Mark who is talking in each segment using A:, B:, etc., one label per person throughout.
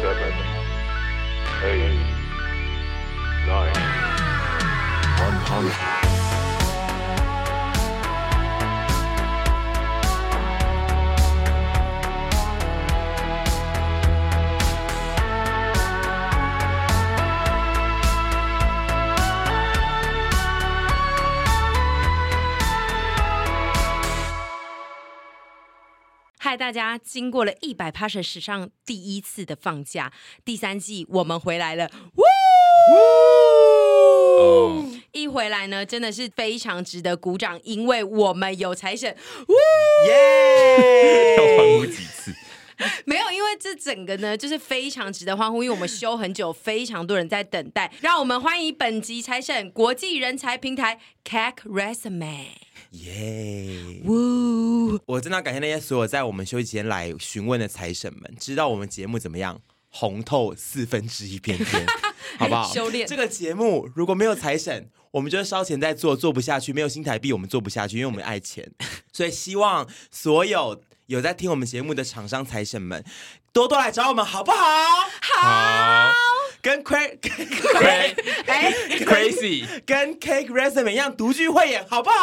A: seventy, seven, eight, nine, one hundred.
B: 嗨，大家！经过了一百 passion 史上第一次的放假，第三季我们回来了，呜！
C: 哦，
B: 一回来呢，真的是非常值得鼓掌，因为我们有财神，呜！
C: 要欢
D: 耶！
C: 呼几次？
B: 没有，因为这整个呢，就是非常值得欢呼，因为我们休很久，非常多人在等待，让我们欢迎本集财神国际人才平台 CAC Resume。
E: 耶！
B: 呜！
E: 我真的要感谢那些所有在我们休息期间来询问的财神们，知道我们节目怎么样红透四分之一片天，好不好？
B: 修炼
E: 这个节目如果没有财神，我们就是烧钱在做，做不下去；没有新台币，我们做不下去，因为我们爱钱。所以希望所有有在听我们节目的厂商财神们，多多来找我们，好不好？
C: 好
E: 跟 Cra 跟
C: ，cra
B: 哎，
C: crazy，
E: 跟 Cake Resume 一样独具慧眼，好不好？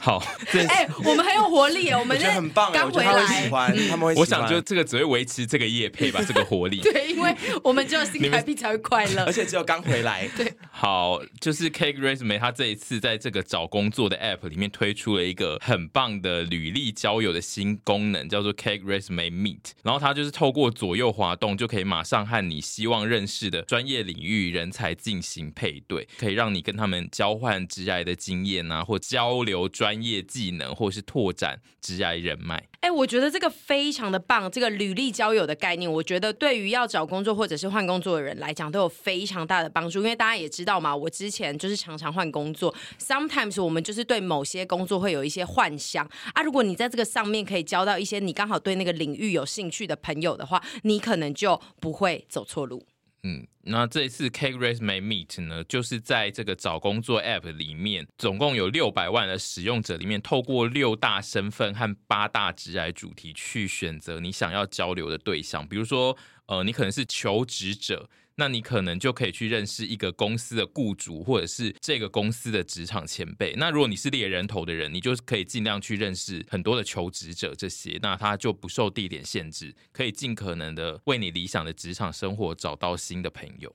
C: 好，这
B: 哎、我们很有活力耶，我
E: 我
B: 们
E: 觉得
B: 那
E: 很棒哎，
B: 刚
E: 我觉
B: 回
E: 得他会喜
B: 来。嗯
E: 欢，他们会喜欢。
C: 我想就这个只会维持这个夜配吧，这个活力。
B: 对，因为我们只有新台币才会快乐
E: 而。且只有刚回来，
C: 好，就是 Cake Resume，它这一次在这个找工作的 App 里面推出了一个很棒的履历交友的新功能，叫做 Cake Resume Meet。然后它就是透过左右滑动，就可以马上和你希望认识的专业领域人才进行配对，可以让你跟他们交换职涯的经验啊，或交流专业技能，或是拓展职涯人脉。
B: 哎、我觉得这个非常的棒，这个履历交友的概念，我觉得对于要找工作或者是换工作的人来讲，都有非常大的帮助。因为大家也知道嘛，我之前就是常常换工作，sometimes 我们就是对某些工作会有一些幻想啊。如果你在这个上面可以交到一些你刚好对那个领域有兴趣的朋友的话，你可能就不会走错路。
C: 嗯，那这一次 Cake Resume Meet 呢，就是在这个找工作 App 里面，总共有六百万的使用者里面，透过六大身份和八大职涯主题去选择你想要交流的对象。比如说，呃，你可能是求职者，那你可能就可以去认识一个公司的雇主，或者是这个公司的职场前辈。那如果你是猎人头的人，你就可以尽量去认识很多的求职者这些，那他就不受地点限制，可以尽可能的为你理想的职场生活找到新的朋友，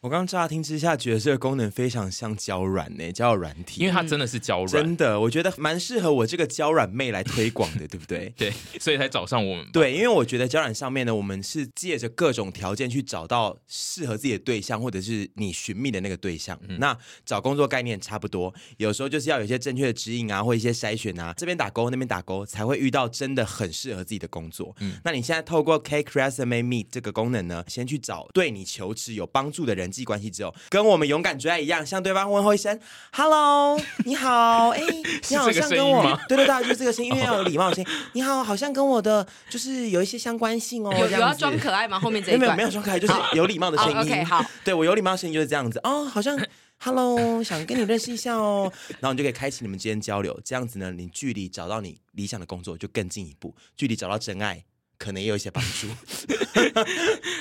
E: 我刚乍听之下觉得这个功能非常像胶软呢、胶软体，
C: 因为他真的是娇软，
E: 嗯真的我觉得蛮适合我这个胶软妹来推广的，对不对？
C: 对，所以才找上我们。
E: 对，因为我觉得交软上面呢，我们是借着各种条件去找到适合自己的对象，或者是你寻觅的那个对象。
C: 嗯
E: 那找工作概念差不多，有时候就是要有一些正确的指引啊，或一些筛选啊，这边打勾那边打勾，才会遇到真的很适合自己的工作。
C: 嗯
E: 那你现在透过 Cake Resume Meet 这个功能呢，先去找对你求职有帮助的人际关系之后，跟我们勇敢追爱一样，向对方问候一声 “Hello，你好”，哎、
C: 是
E: 你好
C: 这个
E: 像
C: 声
E: 跟
C: 音
E: 我
C: 吗
E: 对对对啊，就是这个声音，因为要有礼貌的声音。你好，好像跟我的就是有一些相关性哦。
B: 有有
E: 这样
B: 要
E: 子
B: 装可爱吗？后面这
E: 没
B: 一
E: 有没
B: 段
E: 有没有装可爱，就是有礼貌的声音。
B: 好，OK，好。哦
E: 对我有礼貌的声音就是这样子哦，好像 Hello，想跟你认识一下哦，然后你就可以开启你们之间交流。这样子呢，你距离找到你理想的工作就更进一步，距离找到真爱。可能也有一些帮助，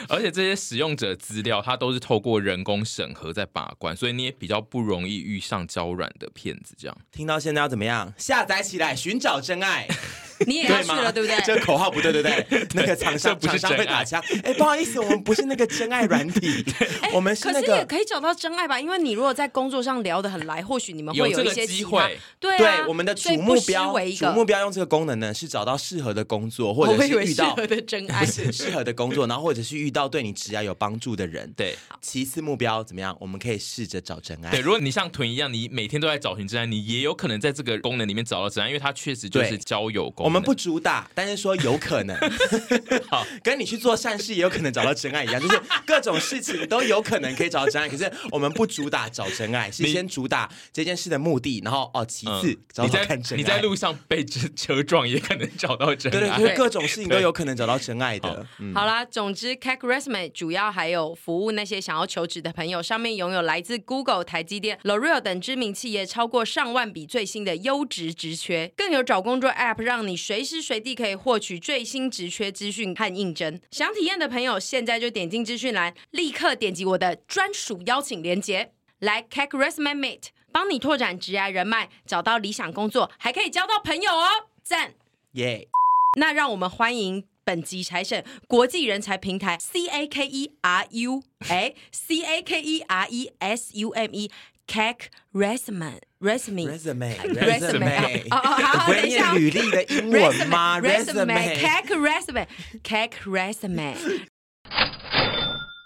C: 而且这些使用者资料，它都是透过人工审核在把关，所以你也比较不容易遇上娇软的骗子这样。
E: 听到现在要怎么样？下载起来，寻找真爱。
B: 你也要去了，对不 对？
E: 这口号不对，对不对？ 那个厂商
C: 这不
E: 厂
C: 是
E: 商会
C: 真爱
E: 打枪。哎，不好意思，我们不是那个真爱软 体，我们是
B: 哎可
E: 那
B: 是也
E: 个。
B: 可以找到真爱吧，因为你如果在工作上聊得很来，或许你们会
C: 有这
B: 一
C: 个
B: 些
C: 机
B: 其他
C: 会
B: 对啊，
E: 对，我们的
B: 所
E: 主
B: 以
E: 目
B: 不失
E: 标
B: 为一，
E: 主
B: 个
E: 目标用这个功能呢，是找到适合的工作，或
B: 我
E: 者
B: 会以
E: 是
B: 为
E: 遇
B: 适
E: 到
B: 合的哎真爱
E: 不。是适合的工作，然后或者是遇到对你职涯有帮助的人。
C: 对
E: 其次目标怎么样？我们可以试着找真爱。
C: 对，如果你像屯一样，你每天都在找寻真爱，你也有可能在这个功能里面找到真爱，因为它确实就是
E: 对
C: 交友功能。
E: 我们不主打，但是说有可 能， 跟你去做善事也有可能找到真爱一样，就是各种事情都有可能可以找到真爱。可是我们不主打找真爱，是
C: 你
E: 先主打这件事的目的，然后哦，其
C: 嗯
E: 次找
C: 你
E: 找
C: 在
E: 看真爱。
C: 你在路上被车车撞，也可能找到真
E: 对对
C: 爱。
E: 对，各种事情都有可能找到真爱
C: 好
E: 的。嗯
B: 好啦，总之 c a c Resume 主要还有服务那些想要求职的朋友，上面拥有来自 Google、台积电、L'Oreal 等知名企业超过上万笔最新的优质职缺，更有找工作 App 让你随时随地可以获取最新职缺资讯和应征。想体验的朋友，现在就点进资讯栏，立刻点击我的专属邀请链接，来 c a c Resume Mate 帮你拓展职涯人脉，找到理想工作，还可以交到朋友哦，赞！
E: 耶，
B: 那让我们欢迎本集财神国际人才平台 C A K E R U 哎 C A K E R E S U M E CAC Resume Resume
E: resume，resume，
B: 哦哦好 好
E: 不会
B: 等一下
E: 念
B: 哦
E: 履历的英文吗
B: Resume CAC Resume CAC Resume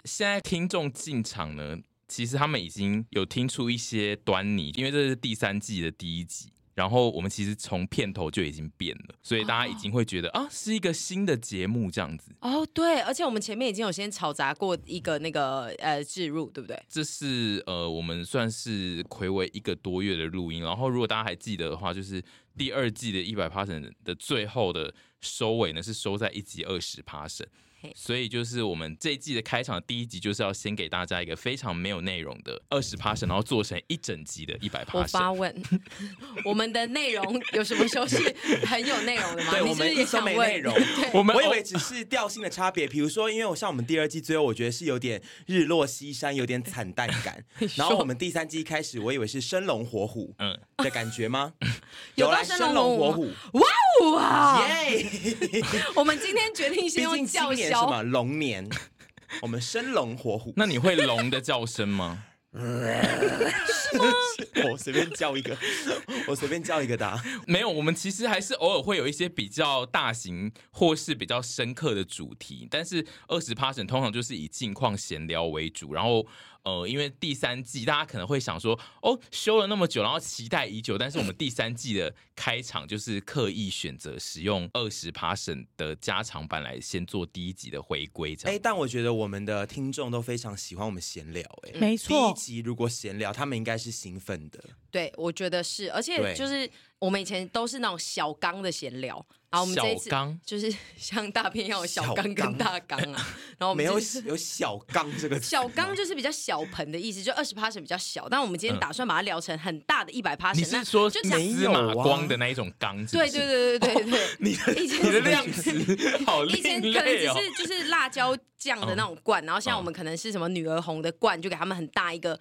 C: 现在听众进场呢，其实他们已经有听出一些端倪，因为这是第三季的第一集。然后我们其实从片头就已经变了，所以大家已经会觉得、啊，是一个新的节目这样子。
B: 哦对，而且我们前面已经有先吵杂过一个那个呃置入，对不对？
C: 这是呃，我们算是暌违一个多月的录音。然后，如果大家还记得的话，就是第二季的一百 p a s s 的最后的收尾呢，是收在一集二十 p a s s
B: 嘿
C: 所以就是我们这一季的开场的第一集，就是要先给大家一个非常没有内容的二十 p a s s 然后做成一整集的一百 p
B: 我
C: a s s
B: 发问， 我们的内容有什么时候是很有内容的吗？
E: 对，
B: 啊你
E: 我
B: 是不是
E: 们
B: 也
E: 一直都
B: 想
E: 没
B: 问
E: 内容
B: 对。
C: 我们
E: 我以哦为只是调性的差别，比如说，因为我像我们第二季最后，我觉得是有点日落西山，有点惨淡 感。然后我们第三季一开始，我以为是生龙活虎
C: 嗯，
E: 的感 觉吗？
B: 有到
E: 来
B: 生
E: 生
B: 龙
E: 龙
B: 活
E: 活
B: 虎
E: 虎，
B: 哇！
E: 耶！
B: 我们今天决定
E: 毕
B: 先用
E: 竟
B: 叫
E: 今年是
B: 嚣，
E: 嘛龙年，我们生龙活虎。
C: 那你会龙的叫声吗？
E: 我随便叫一个，我随便叫一个的啊。
C: 没有，我们其实还是偶尔会有一些比较大型或是比较深刻的主题，但是二十 p a s s 通常就是以近况闲聊为主。然后，呃，因为第三季大家可能会想说，哦，休了那么久，然后期待已久，但是我们第三季的开场就是刻意选择使用二十 p a s s 的加长版来先做第一集的回归，这
E: 哎、
C: 样。
E: 但我觉得我们的听众都非常喜欢我们闲聊、哎，
F: 没错
E: 第一集如果闲聊，他们应该是兴奋的。
B: 对我觉得是，而且
E: 对
B: 就是我们以前都是那种小刚的闲聊，然后我们这一次
C: 小刚
B: 就是像大片要有小
E: 小
B: 刚跟
E: 刚
B: 大刚啊，然后我们
E: 没有
B: 这 次
E: 有小刚这个词
B: 小
E: 吗
B: 刚就是比较小盆的意思，就二十 p a s 比较小，但我们今天打算把它聊成很大的一百 p a s
C: 嗯你是说
B: 就想啊
C: 司马光的那一种刚是不
B: 对对对
C: 是？
B: 对对对，你的以前
C: 你的量词好
B: 以前
C: 另
B: 可能
C: 类
B: 只
C: 哦。
B: 是就是辣椒酱的那种罐，然后现在我们可能是什么女儿红的罐，就给他们很大一个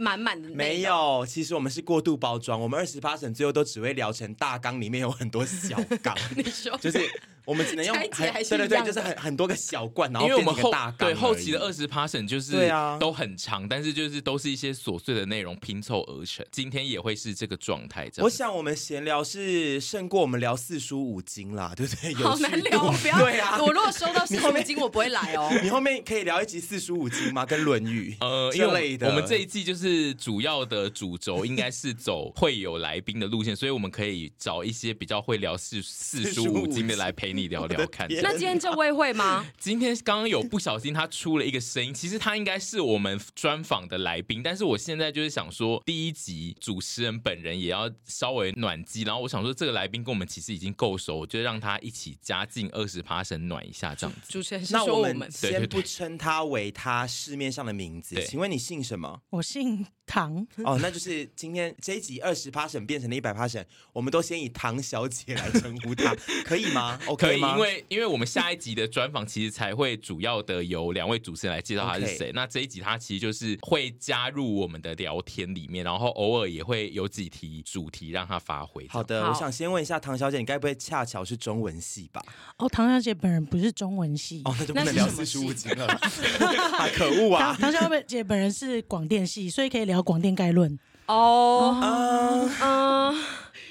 B: 满满的那种。
E: 没有，其实我们是过度包装，我们二十八省最后都只会聊成大纲，里面有很多小纲，
B: 你说
E: 就是我们只 能用
B: 拆解还是
E: 对对
B: 一样的
E: 对，就是很很多个小罐，然后
C: 因为我们
E: 变成一
C: 后
E: 个大纲
C: 对后
E: 而已
C: 期的二十 passion 就是
E: 对啊
C: 都很长，但是就是都是一些琐碎的内容拼凑而成。今天也会是这个状态，这
E: 我
C: 样。
E: 想我们闲聊是胜过我们聊四书五经啦， 对不对？有
B: 好
E: 趣
B: 难
E: 度
B: 聊，不要。
E: 对啊，
B: 我如果收到四书经，我不会来哦。
E: 你后面可以聊一集四书五经吗？跟《论语》
C: 呃，因
E: 这
C: 为
E: 类
C: 我
E: 的。
C: 们我们这一季就是主要的主轴应该是走会有来宾的路线，所以我们可以找一些比较会聊四四书五经的来陪你聊聊看。
E: 天
B: 那今天这位会吗？
C: 今天刚刚有不小心他出了一个声音，其实他应该是我们专访的来宾，但是我现在就是想说，第一集主持人本人也要稍微暖机，然后我想说这个来宾跟我们其实已经够熟，就让他一起加进二十趴神暖一下这样 子。
B: 主持 人是
E: 那
B: 说
E: 我
B: 我们
E: 们
C: 对对
E: 先
C: 对
E: 不称他为他市面上的名字
C: 对，
E: 请问你姓什么？
F: 我姓唐，
E: 哦，那就是今天这一集二十趴审变成了一百趴审，我们都先以唐小姐来称呼她，可以吗
C: 可
E: ？OK
C: 以，
E: 吗？
C: 因为因为我们下一集的专访其实才会主要的由两位主持人来介绍他是
E: OK
C: 谁。那这一集他其实就是会加入我们的聊天里面，然后偶尔也会有几题主题让他发挥。
E: 好的，
B: 好
E: 我想先问一下唐小姐，你该不会恰巧是中文系吧？
F: 哦，唐小姐本人不是中文系，
E: 哦，那就不
B: 那
E: 能
B: 是
E: 聊
B: 什
E: 四
B: 么
E: 书
B: 系
E: 五经 了，啊可恶
F: 唐
E: 啊！
F: 唐小姐本人是广电系，所以可以聊广电概论。
B: 哦，
E: 啊，
B: 嗯，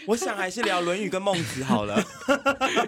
E: 我想还是聊《论语》跟《孟子》好了。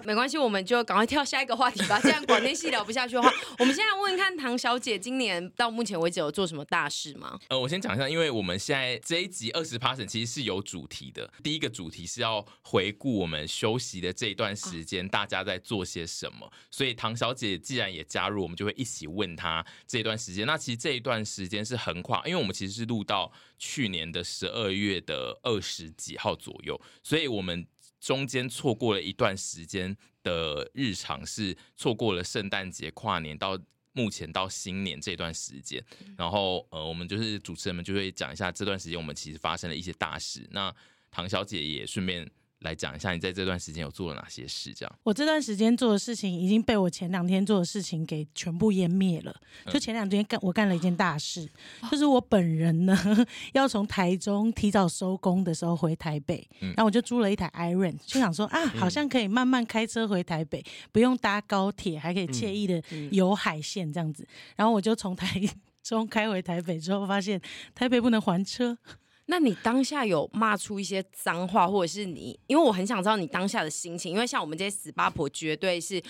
B: 没关系，我们就赶快跳下一个话题吧。这样广电系聊不下去的话，我们现在问看唐小姐今年到目前为止有做什么大事吗？
C: 呃，我先讲一下，因为我们现在这一集二十 p a s s 其实是有主题的。第一个主题是要回顾我们休息的这一段时间，大家在做些什么。所以唐小姐既然也加入，我们就会一起问她这一段时间。那其实这一段时间是横跨，因为我们其实是录到去年的十二月的二十几号左右，所以我们中间错过了一段时间的日常，是错过了圣诞节、跨年到。目前到新年这段时间，然后呃，我们就是主持人们就会讲一下这段时间我们其实发生了一些大事。那唐小姐也顺便来讲一下你在这段时间有做了哪些事，这样。
F: 我这段时间做的事情已经被我前两天做的事情给全部湮灭了。就前两天干我干了一件大事， 就是我本人呢要从台中提早收工的时候回台北，然后我就租了一台 Iron，就想说啊，好像可以慢慢开车回台北，不用搭高铁，还可以惬意的游海线这样子。然后我就从台中 开回台北之后，发现台北不能还车，
B: 那你当下有骂出一些脏话，或者是你，因为我很想知道你当下的心情，因为像我们这些死八婆，绝对是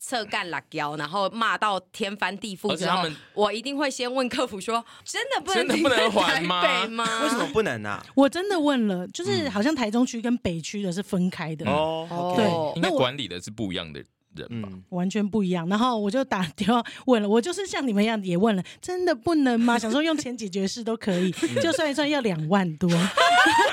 B: 侧干辣椒，然后骂到天翻地覆
C: 而且
B: 之后
C: 他们
B: 我一定会先问客服说，真的不能
C: 真的不能
B: 停在
C: 还吗
B: 台北吗？
E: 为什么不能啊？
F: 我真的问了，就是好像台中区跟北区的是分开的。
E: 哦，OK，
F: 对
B: 哦
C: 应该管理的是不一样的人吧？
E: 嗯，
F: 完全不一样。然后我就打电话问了，我就是像你们一样也问了，真的不能吗？想说用钱解决事都可以，就算一算要两万多。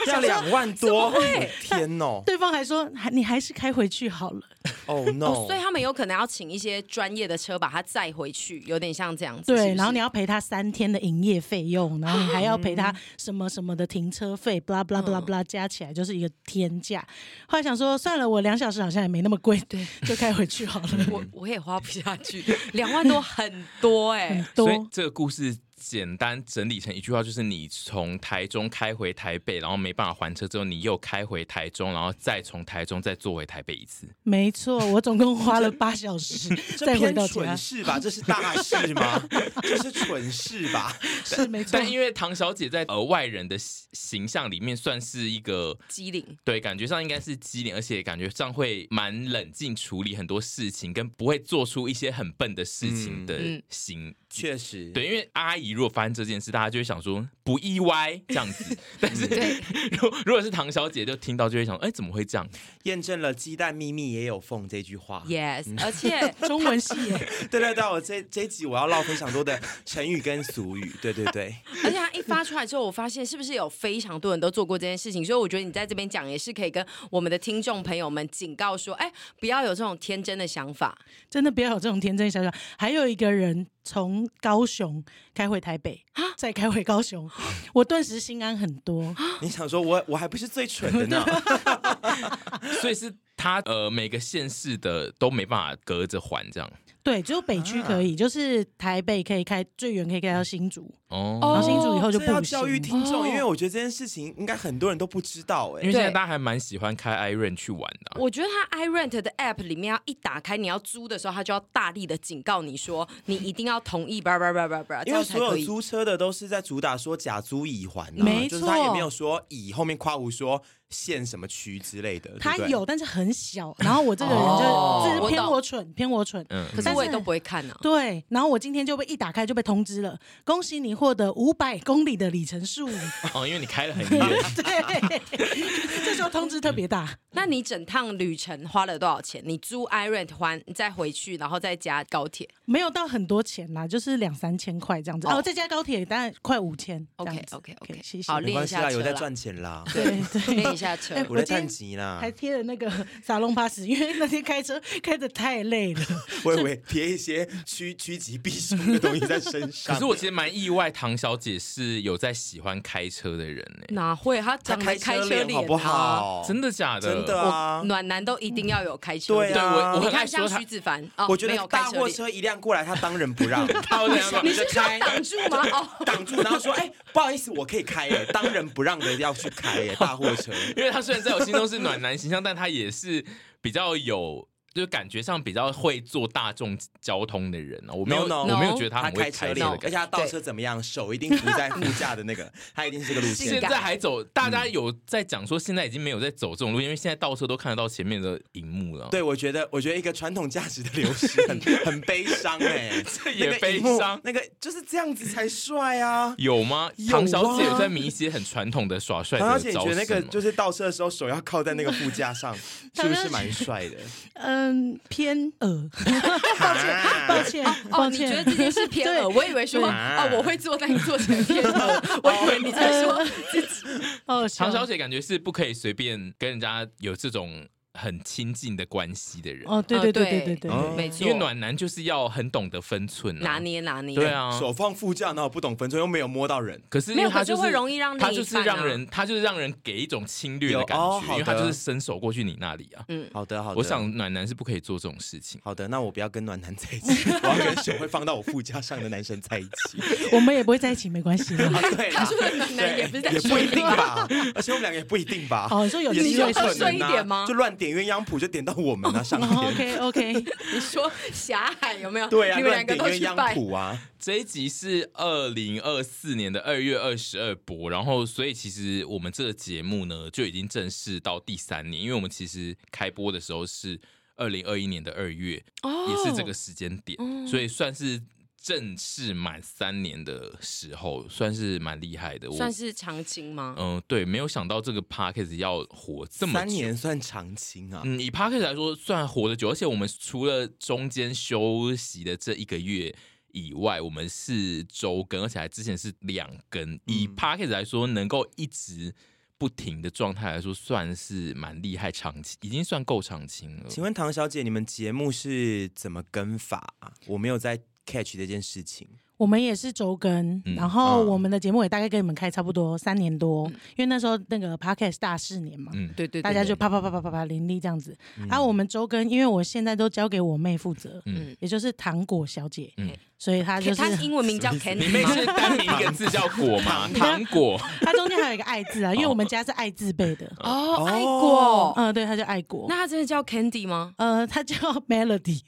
E: 要两万多，我的天哦
F: 对方还说，还你还是开回去好了。
E: ，Oh
B: 哦，所以
E: no！
B: 他们有可能要请一些专业的车把它载回去，有点像这样子。是不
F: 对，
B: 是
F: 然后你要赔他三天的营业费用，然后你还要赔他什么什么的停车费，blah blah blah blah，加起来就是一个天价。后来想说，算了，我两小时好像也没那么贵，对，就开回去好了。
C: 嗯
B: 我我也花不下去， 两万多很多哎、
F: 很
C: 所以
F: 嗯多，
C: 这个故事简单整理成一句话，就是你从台中开回台北，然后没办法还车之后，你又开回台中，然后再从台中再坐回台北一次。
F: 没错，我总共花了八小时
E: 这
F: 再回
E: 偏
F: 到家
E: 蠢，事吧？这是大事 吗？这是蠢事吧？
F: 是没错。
C: 但因为唐小姐在呃外人的形形象里面算是一个
B: 机灵。
C: 对，感觉上应该是机灵，而且感觉上会蛮冷静处理很多事情，跟不会做出一些很笨的事情的
B: 嗯
C: 心。
E: 确实，
C: 对，因为阿姨如果发生这件事，大家就会想说不意外这样子。但是，
B: 对，
C: 如如果是唐小姐，就听到就会想，哎，怎么会这样？
E: 验证了“鸡蛋秘密也有缝”这句话。
C: 嗯
B: Yes，而 且
F: 中文系耶，
E: 对对对，我这这一集我要唠非常多的成语跟俗语。 对对对，
B: 而且它一发出来之后，我发现是不是有非常多人都做过这件事情，所以我觉得你在这边讲也是可以跟我们的听众朋友们警告说，哎，不要有这种天真的想法。
F: 真的不要有这种天真想法。还有一个人从高雄开回台北，
E: 啊
F: 再开回 高雄，我顿时心安很多。
E: 你想说我我还不是最蠢的呢？
C: 所以是她呃每个县市的都没办法隔着还这样。
F: 对，只有北区可
E: 啊
F: 以，就是台北可以开最远可以开到新竹，
C: 哦，
F: 然
B: 哦
F: 后新竹以后就
E: 这要
F: 不
E: 教育
F: 行。
E: 听众，
B: 哦
E: 因为我觉得这件事情应该很多人都不知道
C: 因
E: 哎。
C: 为现在
B: 对
C: 大家还蛮喜欢开 Iron 去玩的啊、
B: 我觉得它 iRent 的 App 里面要一打开，你要租的时候，它就要大力的警告你说，你一定要同意，叭叭叭叭叭，这
E: 因为
B: 样才
E: 所
B: 可
E: 有
B: 以。
E: 租车的都是在主打说假租乙还啊，
F: 没
E: 就是他也
F: 错
E: 没有说乙后面夸无说限什么区之类的，
F: 他
E: 对不对
F: 有，但是很小。然后我这个人就
B: 哦
F: 这是偏
B: 我懂
F: 我蠢，偏我蠢。
C: 嗯，
B: 可是我也都不会看啊。
F: 对，然后我今天就被一打开就被通知了，恭喜你获得五百公里的里程数。
C: 哦，因为你开了很远。
F: 对， 这时候通知特别大。
B: 那你整趟旅程花了多少钱？你租 iRent 还，你再回去，然后再加高铁。
F: 没有到很多钱啦，就是两三千块这样子。哦，
B: 哦
F: 再加高铁当然快五千。这样子
B: OK，OK，OK
F: 谢谢。
B: 好
E: 没关系啦，
B: 练一下车
E: 有
B: 啦
E: 在赚钱啦，
F: 对对，
B: 练一下车
F: 哎
E: 我在探集啦
F: 还。贴了那个撒隆巴斯，因为那天开车开的太 累了。
E: 我以为贴一些趋趋吉避凶的东西在身上。
C: 可是我其实蛮意外，唐小姐是有在喜欢开车的人呢、
B: 哪会？他
E: 他
B: 长得
E: 开
B: 开
E: 车
B: 车
E: 脸
B: 脸
E: 好不
B: 啊？
E: 好？
C: 真的假的？
E: 哦真的
B: 我
E: 啊！
B: 暖男都一定要有开车脸。
E: 对啊
C: 我我
B: 你
C: 很爱
B: 看
C: 说
B: 像
C: 他
B: 徐，子凡啊，
E: 我觉
B: 没有
E: 得
B: 开
E: 大
B: 车
E: 货
B: 脸，
E: 车一辆过来，他当仁不让，
C: 他会怎样
E: 你就开。
B: 挡住吗？哦，
E: 挡住，然后说：“哎、不好意思，我可以开耶，当仁不让的要去开 耶，大货车。
C: 因为他虽然在我心中是暖男形象，但他也是比较有，就是感觉上比较会坐大众交通的人啊。我没有
E: No, no.
C: 我没有觉得
E: 他
C: 很会
E: 开车
C: 车
E: 辆，
C: 的
E: 而且
C: 感觉。
E: 他倒车怎么样，手一定扶在副驾的那个，他一定是这个路
C: 现
E: 线。
C: 在还走，大家
E: 嗯
C: 有在讲说现在已经没有在走这种路，因为现在倒车都看得到前面的荧幕了。，
E: 对，我觉得，我觉得一个传统价值的流失 很很悲伤哎、
C: 这也
E: 那个
C: 悲
E: 荧幕
C: 伤
E: 那个就是这样子才帅啊。
C: 有吗？
E: 有啊
C: 唐小姐有在迷一些很传统的耍帅的
E: 而
C: 招
E: 且
C: 式
E: 你觉得那个
C: 吗
E: 就是倒车的时候手要靠在那个副 驾上，是不是蛮帅的？
F: 嗯，偏耳， 抱
E: 啊
F: 歉，
B: 哦，
F: 抱
B: 你觉得
F: 歉
B: 这。件事偏恶？我以为说
E: 啊哦
B: 哦，我会做，但你做成偏恶。 我以为你在说自己。
F: 哦，
C: 唐小姐感觉是不可以随便跟人家有这种很亲近的关系的人，
F: 哦， 对
B: 呃
F: 对对对对对，
E: 哦
B: 没错，
C: 因为暖男就是要很懂得分寸、啊，
B: 拿。捏拿捏。
C: 对啊，
E: 手放副驾，然后不懂分寸，又没有摸到人。
C: 可是因
B: 没
C: 为
B: 有
C: 他就
B: 可是会容易让另一
C: 他
B: 半啊
C: 就是让人他就是让人给一种侵略的感
E: 有哦
C: 觉，
E: 好的
C: 因为他就是伸手过去你那里
B: 嗯
C: 啊。
E: 好的，好的，
C: 我想暖男是不可以做这种事情。
E: 好的，那我不要跟暖男在一起，我要跟手会放到我副驾上的男生在一起。
F: 我们也不会在一起，没关系啦。
E: 啊对
B: 他
E: 啦
B: 说的暖男也不是在
E: 也
B: 说
E: 不一定啊吧，而且我们两个也不一定吧。
F: 哦，你说有
E: 也
F: 机
E: 是有
F: 会
B: 你说二
E: 可能
B: 顺一点
E: 啊，
B: 吗哦
E: 就乱点鸳鸯谱就点到我们啊，上 天。
F: OK OK，
B: 你说霞海有没有？
E: 对 啊，
B: 你们两
E: 乱
B: 个
E: 点
B: 都
E: 鸳
B: 去
E: 鸯
B: 拜。
E: 谱啊，
C: 这一集是二零二四年的二月二十二播，然后所以其实我们这个节目呢就已经正式到第三年，因为我们其实开播的时候是二零二一年的二月，
B: 哦嗯
C: 也是这个时间点，所以算是正式满三年的时候，算是蛮厉害的。我
B: 算是长青吗？
E: 哦
C: 嗯、对，没有想到这个 podcast 要火 这么
E: 三
C: 久。啊
E: 年算长青啊。
C: 嗯，以 podcast 来说，算活得久，而且我们除了中间休息的这一个月以外，我们是周更，而且还之前是两更。以
E: 嗯
C: podcast 来说，能够一直不停的状态来说，算是蛮厉害，长期已经算够长青了。
E: 请问唐小姐，你们节目是怎么跟法啊？我没有在 catch 这件事 情。
F: 我们也是周更，然后我们的节目也大概跟你们开差不多三年多，
B: 嗯
F: 因为那时候那个 podcast 大四年嘛，
C: 嗯，
B: 对对，对
F: 大家
B: 对
F: 就啪啪啪啪啪啪林立这样子。然后我们周更，因为我现在都交给我妹负责，
C: 嗯
F: 也就是糖果小姐，
C: 嗯
F: 所以她就是
B: 他英文名叫
C: 你
B: Candy
C: 妹
B: 吗？
C: 是单名一个字叫果吗？ 糖果。
F: 她中间还有一个爱字啊，因为我们家是爱字辈的，
B: 哦，爱
E: 哦
B: 国。
F: 嗯，对，她叫爱国
B: 那。他真的叫 Candy 吗？
F: 呃，她叫 Melody，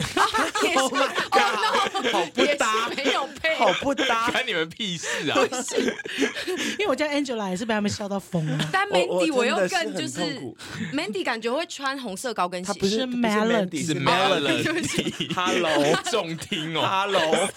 B: 也是，
E: 好不
B: 也
E: 搭
B: 是，没有配。
E: 好不 搭。
C: 关你们屁事啊！
F: 因为我叫 Angela 也是被他们笑到疯了。
B: 但
E: 我我
B: Mandy 我又
E: 真
B: 更
E: 的是很
B: 就
E: 痛
B: 是
E: 苦
B: Mandy 感觉会穿红色高跟鞋，
E: 不
F: 是
E: 不 Mandy，
F: Melody
C: 是
E: 是 Melody。
C: Melody，
E: Hello，
C: 重听哦。
E: Hello，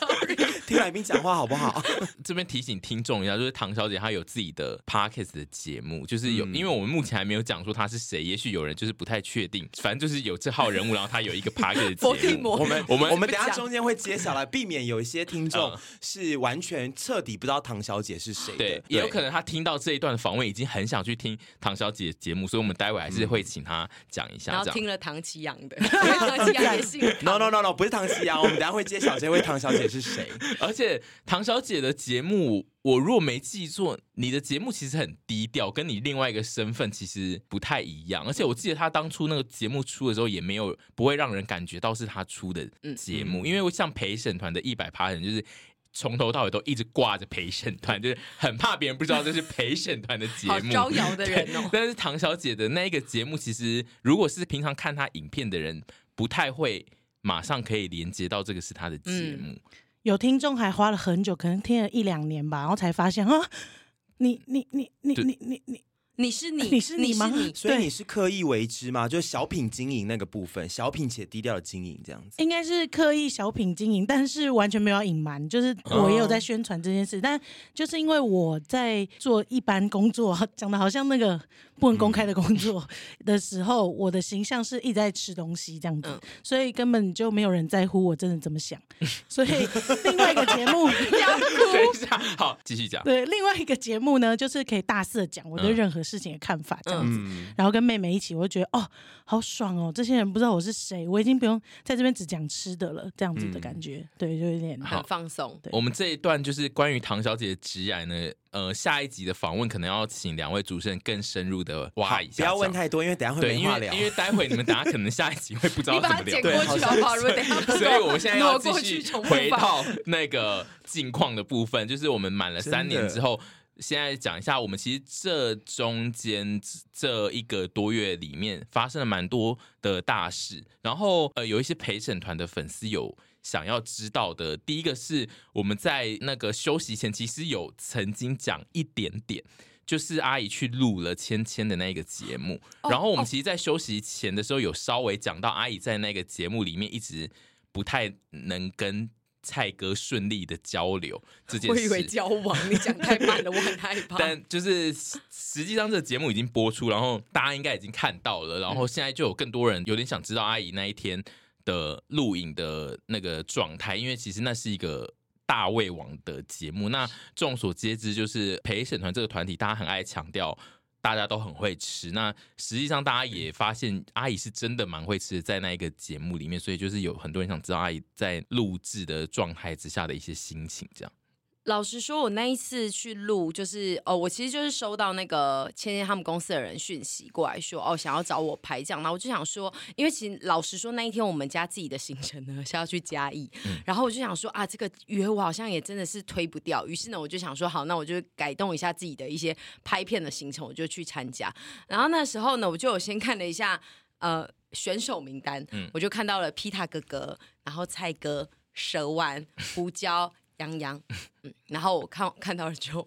E: 听 来宾讲话好不好？
C: 这边提醒听众一下，就是唐小姐她有自己的 podcast 的节目，就是有，
E: 嗯
C: 因为我们目前还没有讲说她是谁，也许有人就是不太确定，反正就是有这号人物，然后她有一个 podcast
B: 伏
C: 的节
B: 地
C: 目。
B: 魔
E: 我们
C: 我们
E: 我们等一下
B: 讲
E: 中间会揭晓来，避免有一些听众
C: 嗯
E: 是完全彻底不知道唐小姐是谁的。
C: 对，也有可能她听到这一段访问，已经很想去听唐小姐的节目，所以我们待会还是会请她讲一
B: 然
C: 下
B: 后
C: 这
B: 听
C: 样。
B: 了唐奇阳 的，因为唐奇阳也姓
E: No
B: 唐
E: no no no，不是唐琪阳，我们等一下会揭晓这位唐小姐是 谁。
C: 而且唐小姐的节目，我若没记错，你的节目其实很低调，跟你另外一个身份其实不太一样。而且我记得她当初那个节目出的时候，也没有不会让人感觉到是她出的
B: 嗯
C: 节目，因为像陪审团的一百趴人就是。从头到尾都一直挂着陪审团，就是很怕别人不知道这是陪审团的节目。
B: 好招摇的人 哦。
C: 但是唐小姐的那一个节目，其实如果是平常看她影片的人，不太会马上可以连接到这个是她的
B: 嗯
C: 节目。
F: 有听众还花了很久，可能听了一两年吧，然后才发现啊，你你你你
C: 对
F: 你你你
B: 你是你，
F: 你是你吗
E: 所以
F: 对
E: 你是刻意为之吗？就是小品经营那个部分，小品且低调的经营这样子。
F: 应该是刻意小品经营，但是完全没有要隐瞒，就是我也有在宣传这件事，但就是因为我在做一般工作，讲的好像那个不能公开的工作的时候，我的形象是一直在吃东西这样子，
B: 嗯
F: 所以根本就没有人在乎我真的怎么想，所以另外一个节 目
C: 等一下，好，继续讲。
F: 对，另外一个节目呢，就是可以大肆地讲我的
C: 嗯
F: 任何事情的看法这样子。
E: 嗯，
F: 然后跟妹妹一起，我就觉得哦，好爽哦！这些人不知道我是谁，我已经不用在这边只讲吃的了，这样子的
E: 嗯
F: 感觉，对，就有点
B: 很放松。
F: 对
C: 我们这一段就是关于唐小姐的直癌呢，呃，下一集的访问可能要请两位主持人更深入的挖一
E: 不
C: 下，
E: 要问
C: 这样。
E: 太多，因为等一下会
C: 对，
E: 没
C: 因
E: 话
C: 为
E: 聊
C: 因。为待会你们大家可能下一集会不知道
B: 你
C: 怎
B: 把
C: 么
B: 它
C: 聊
B: 剪，过
E: 对好
B: 去
E: 像
B: 好不好？如果等一下 不够，
C: 所以我们现在要
B: 挪
C: 继
B: 过去
C: 续
B: 重复
C: 回
B: 放
C: 到那个近况的部分，就是我们满了三年之后，现在讲一下，我们其实这中间这一个多月里面发生了蛮多的大事，然后呃，有一些陪审团的粉丝有。想要知道的，第一个是我们在那个休息前，其实有曾经讲一点点，就是阿姨去录了芊芊的那个节目，
B: 哦
C: 然后我们其实，在休息前的时候有稍微讲到阿姨在那个节目里面一直不太能跟蔡哥顺利的交流这件
B: 我
C: 事。
B: 以为交往，你讲太慢了，我很害怕。
C: 但就是实实际上这个节目已经播出，然后大家应该已经看到了，然后现在就有更多人有点想知道阿姨那一天的录影的那个状态，因为其实那是一个。大胃王的节目，那众所皆知，就是陪审团这个团体，大家很爱强调，大家都很会吃。那实际上，大家也发现阿姨是真的蛮会吃的，在那一个节目里面，所以就是有很多人想知道阿姨在录制的状态之下的一些心情，这样。
B: 老实说，我那一次去录，就是哦，我其实就是收到那个芊芊他们公司的人讯息过来说，哦，想要找我排讲，然后我就想说，因为其实老实说，那一天我们家自己的行程呢是要去嘉义，然后我就想说啊，这个约我好像也真的是推不掉，于是呢，我就想说，好，那我就改动一下自己的一些拍片的行程，我就去参加。然后那时候呢，我就有先看了一下呃选手名单，我就看到了皮塔哥哥，然后蔡哥、蛇丸、胡椒、杨洋。然后我看看到了之后，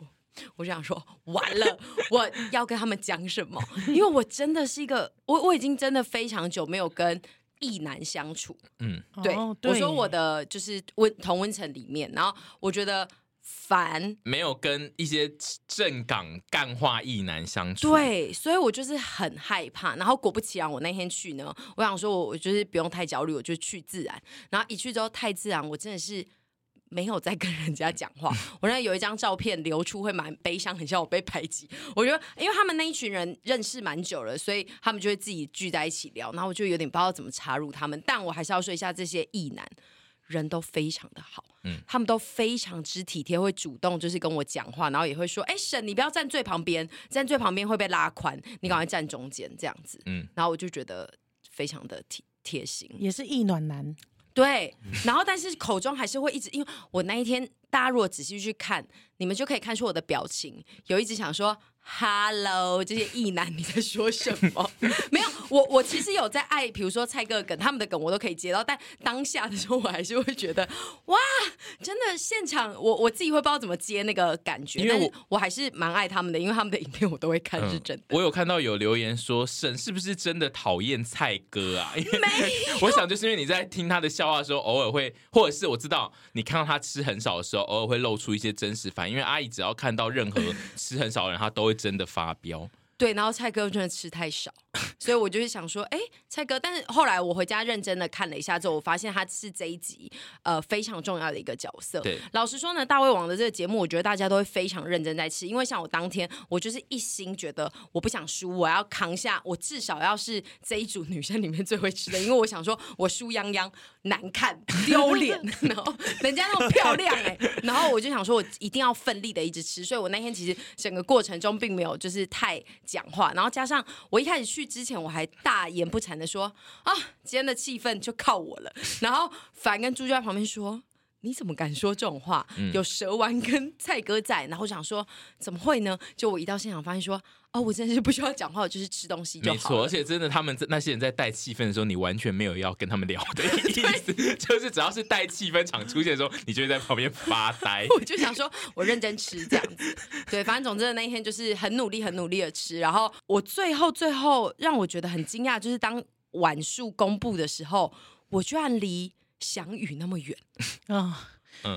B: 我就想说，完了，我要跟他们讲什么？ 因为我真的是一个，我我已经真的非常久没有跟异男相处。
C: 嗯
B: 对，
F: 哦
B: 我说我的就是温同温层里面，然后我觉得烦，
C: 没有跟一些正港干化异男相处。，
B: 对，所以我就是很害怕。然后果不其然，我那天去呢，我想说我我就是不用太焦虑，我就去自然。然后一去之后太自然，我真的是。没有在跟人家讲话，我那有一张照片流出会蛮悲伤，很像我被排挤。我觉得，因为他们那一群人认识蛮久了，所以他们就会自己聚在一起聊，然后我就有点不知道怎么插入他们，但我还是要说一下这些异男。人都非常的好，嗯，他们都非常之体贴，会主动就是跟我讲话，然后也会说，哎、沈，你不要站最旁边，站最旁边会被拉宽，你赶快站中间这样子，
C: 嗯
B: 嗯，然后我就觉得非常的体贴心，
F: 也是意暖男，
B: 对，然后但是口中还是会一直，因为我那一天大家如果仔细去看，你们就可以看出我的表情，有一直想说 “hello” 这些意男你在说什 么？没有，我我其实有在爱，比如说蔡哥梗他们的梗我都可以接到，但当下的时候我还是会觉得哇，真的现场我我自己会不知道怎么接那个感觉，
C: 因为
B: 但
C: 我嗯
B: 是我还是蛮爱他们的，因为他们的影片我都会看，是真的。
C: 我有看到有留言说沈是不是真的讨厌蔡哥啊？因 为我想就是因为你在听他的笑话的时候，偶尔会，或者是我知道你看到他吃很少的时候，偶尔会露出一些真实反应。因为阿姨只要看 到任何吃很少的人，她都会真的发飙。
B: 对，然后蔡哥真的吃太少， 所以我就是想说，哎，蔡哥，但是后来我回家认真的看了一下之后，我发现他是这一集呃非常重要的一个角色。
C: 对
B: 老实说呢，大胃王的这个节目，我觉得大家都会非常认真在吃，因为像我当天，我就是一心觉得我不想输，我要扛下，我至少要是这一组女生里面最会吃的，因为我想说我输泱泱难看丢脸，然后人家那么漂亮哎、然后我就想说我一定要奋力的一直吃，所以我那天其实整个过程中并没有就是太讲话，然后加上我一开始去之前我还大言不惭的说啊，今天的气氛就靠我了， 然后凡跟猪就在旁边说。你怎么敢说这种话？
C: 嗯
B: 有蛇丸跟蔡哥在，然后我想说怎么会呢？就我一到现场发现说，哦，我真的是不需要讲话，我就是吃东西就
C: 没
B: 好
C: 错，而
B: 了。
C: 且真的，他们在那些人在带气氛的时候，你完全没有要跟他们聊的意思， 就是只要是带气氛场出现的时候，你就会在旁边发呆。
B: 我就想说，我认真吃这样子。 对，反正总之那一天就是很努力、很努力的吃。然后我最后最后让我觉得很惊讶，就是当晚数公布的时候，我居然离翔宇那么远。哦
F: 啊、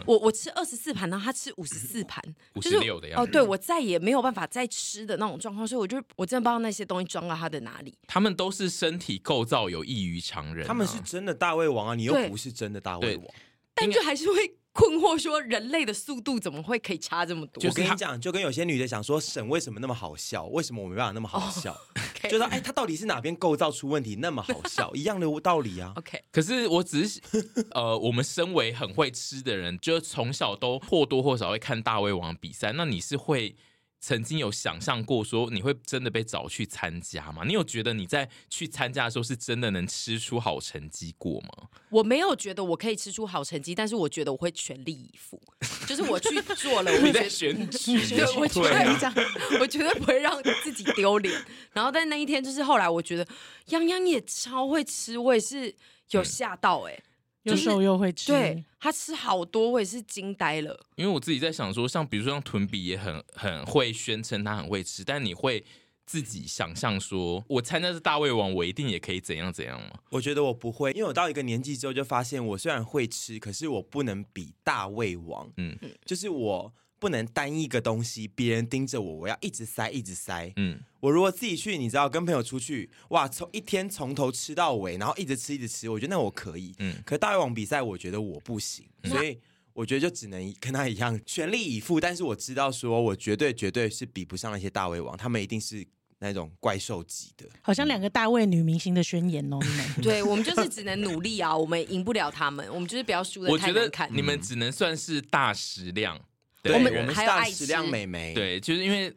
B: 我我吃二十四盘，然后他吃五十 四盘，就是
C: 56的样子
B: 哦，对我再也没有办法再吃的那种状况，所以我就我真的不知道那些东西装到他的哪里。
C: 他们都是身体构造有异于常人啊、
E: 他们是真的大胃王啊，你又
B: 对
E: 不是真的大胃
C: 对
E: 王，
B: 但就还是会 困惑说，人类的速度怎么会可以差这么多？
E: 我跟
C: 他
E: 你讲，就跟有些女的想说，沈为什么那么好笑？为什么我没办法那么好笑？
B: OK
E: 就说哎，她到底是哪边构造出问题那么好笑？一样的道理啊。
B: OK，
C: 可是我只是 呃，我们身为很会吃的人，就从小都或多或少会看大胃王比赛。那你是会曾经有想象过说你会真的被找去参加吗？你有觉得你在去参加的时候是真的能吃出好成绩过吗？
B: 我没有觉得我可以吃出好成绩，但是我觉得我会全力以赴，就是我去做 了，我
C: 你
B: 觉
C: 在
B: 得
C: 选举，
B: 对，我觉
C: 对
B: 得
C: 啊
B: 这样，我绝对不会让自己丢脸。然后，但那一天就是后来，我觉得泱泱也超会吃，我也是
C: 嗯
B: 有吓到哎、
F: 有手又会吃，
B: 对他吃好多，我也是惊呆 了。
C: 因为我自己在想说，像比如说像屯比也很很会宣称他很会吃，但你会自己想象说，我参加这大胃王，我一定也可以怎样怎样吗？
E: 我觉得我不会，因为我到一个年纪之后就发现，我虽然会吃，可是我不能比大胃王。
C: 嗯
E: 嗯，就是我不能单一个东西，别人盯着我，我要一直塞，一直塞。
C: 嗯，
E: 我如果自己去，你知道，跟朋友出去，哇，从一天从头吃到尾，然后一直吃，一直吃，我觉得那我可以。
C: 嗯
E: 嗯，可大胃王比赛，我觉得我不行，所以。我觉得就只能跟他一样全力以赴，但是我知道说，我绝对绝对是比不上那些大胃王，他们一定是那种怪兽级的。
F: 好像两个大卫女明星的宣言哦，你们
B: 对我们就是只能努力啊，我们赢不了他们，我们就是不要输的
C: 我
B: 太
C: 觉
B: 难
C: 得
B: 看。
C: 你
E: 嗯
C: 们只能算是大食量。
E: 对，
B: 我
E: 我
B: 们
E: 们
B: 还
E: 是
B: 有
E: 大
B: 爱
E: 食量
B: 吃
E: 美眉，
C: 对，就是因为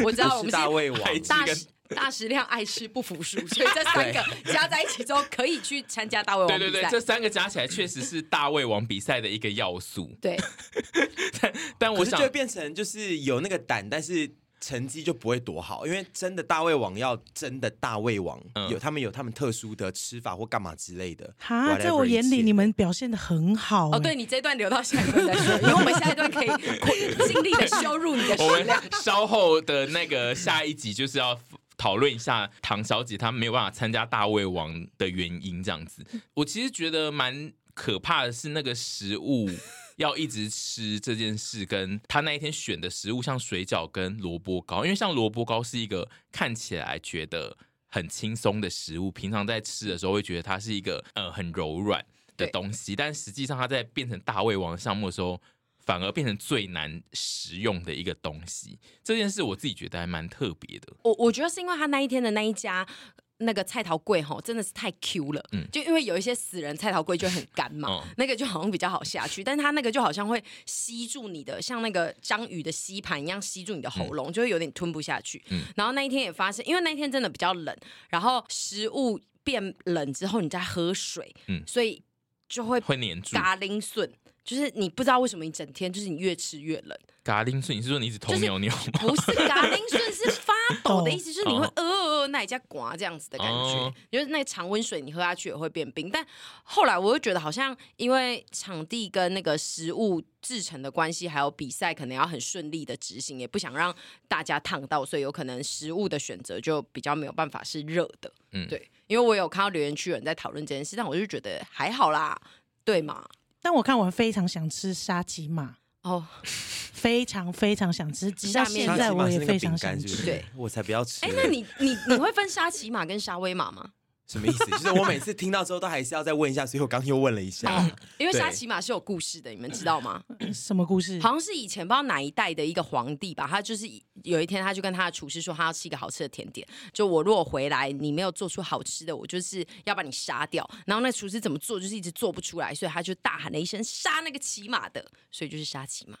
B: 我知道我
E: 不
B: 们
E: 是
B: 是
E: 大胃王，
C: 还
B: 大
C: 这个
B: 食大食量爱吃不服输，所以这三个加在一起之后，可以去参加大胃
C: 对
B: 王
C: 对
B: 比
C: 对，
B: 赛
C: 这。三个加起来确实是大胃王比赛的一个要素。
B: 对，
C: 但我
E: 可是就
C: 想
E: 会变成就是有那个胆，但是成绩就不会多好，因为真的大胃王要真的大胃王，
C: 嗯
E: 有他们有他们特殊的吃法或干嘛之类的。
F: 哈，
E: whatever
F: 在我眼
E: 一
F: 里
E: 切
F: 你们表现的很好、
B: 哦，对
F: 哎，
B: 你这段留到下一段再说，因为我们下一段 可以尽力的羞辱你的
C: 我
B: 食
C: 们
B: 量。
C: 稍后的那个下一集就是要。讨论一下唐小姐她没有办法参加大胃王的原因，这 样子。我其实觉得蛮可怕的是那个食物要一直吃这件事，跟她那一天选的食物，像水饺跟萝卜糕，因为像萝卜糕是一个看起来觉得很轻松的食物，平常在吃的时候会觉得它是一个呃很柔软的
B: 对
C: 东西，但实际上它在变成大胃王项目的时候，反而变成最难食用的一个东西。这件事我自己觉得还蛮特别的。
B: 我我觉得是因为他那一天的那一家。那个菜头柜吼，真的是太 Q 了，
C: 嗯
B: 就因为有一些死人菜头柜就很干嘛，
C: 嗯
B: 那个就好像比较好下去， 但它那个就好像会吸住你的，像那个章鱼的吸盘一样吸住你的喉咙，就会有点吞不下去。
C: 嗯
B: 然后那一天也发现，因为那一天真的比较冷，然后食物变冷之后，你再喝水，
C: 嗯
B: 所以就会
C: 会黏住
B: 嘎铃顺，就是你不知道为什么你整天就是你越吃越冷，
C: 嘎铃顺，你是说你一直偷
B: 就是
C: 尿尿吗？
B: 不是嘎铃顺是发抖的意思，就是你会
C: 哦
B: 呃呃呃那一下刮这样子的感
C: 哦
B: 觉，就是那个常温水你喝下去也会变冰。但后来我又觉得好像因为场地跟那个食物制成的关系，还有比赛可能要很顺利的执行，也不想让大家烫到，所以有可能食物的选择就比较没有办法是热的。
C: 嗯
B: 对，因为我有看到留言区有人在讨论这件事，但我就觉得还好啦，对嘛？
F: 但我看完非常想吃沙琪玛，
B: 哦，
F: 非常非常想吃，直到
B: 下面
F: 现
E: 沙
F: 在
E: 琪玛
F: 我
E: 是
F: 也
E: 那个
F: 非
E: 饼
F: 常想
E: 干是不
F: 吃。
E: 是？
B: 对，
E: 我才不要吃。
B: 哎，那你你你会分沙琪玛跟沙威玛吗？
E: 什么意思？就是我每次听到之后都还是要再问一下，所以我刚又问了一
B: 哦
E: 下。啊
B: 因为
E: 对
B: 沙琪玛是有故事的，你们知道吗？
C: 嗯
F: 什么故事？
B: 好像是以前不知道哪一代的一个皇帝吧，他就是有一天他就跟他的厨师说，他要吃一个好吃的甜点，就我如果回来你没有做出好吃的，我就是要把你杀掉。然后那厨师怎么做，就是一直做不出来，所以他就大喊了一声“杀那个骑马的”，所以就是杀骑马，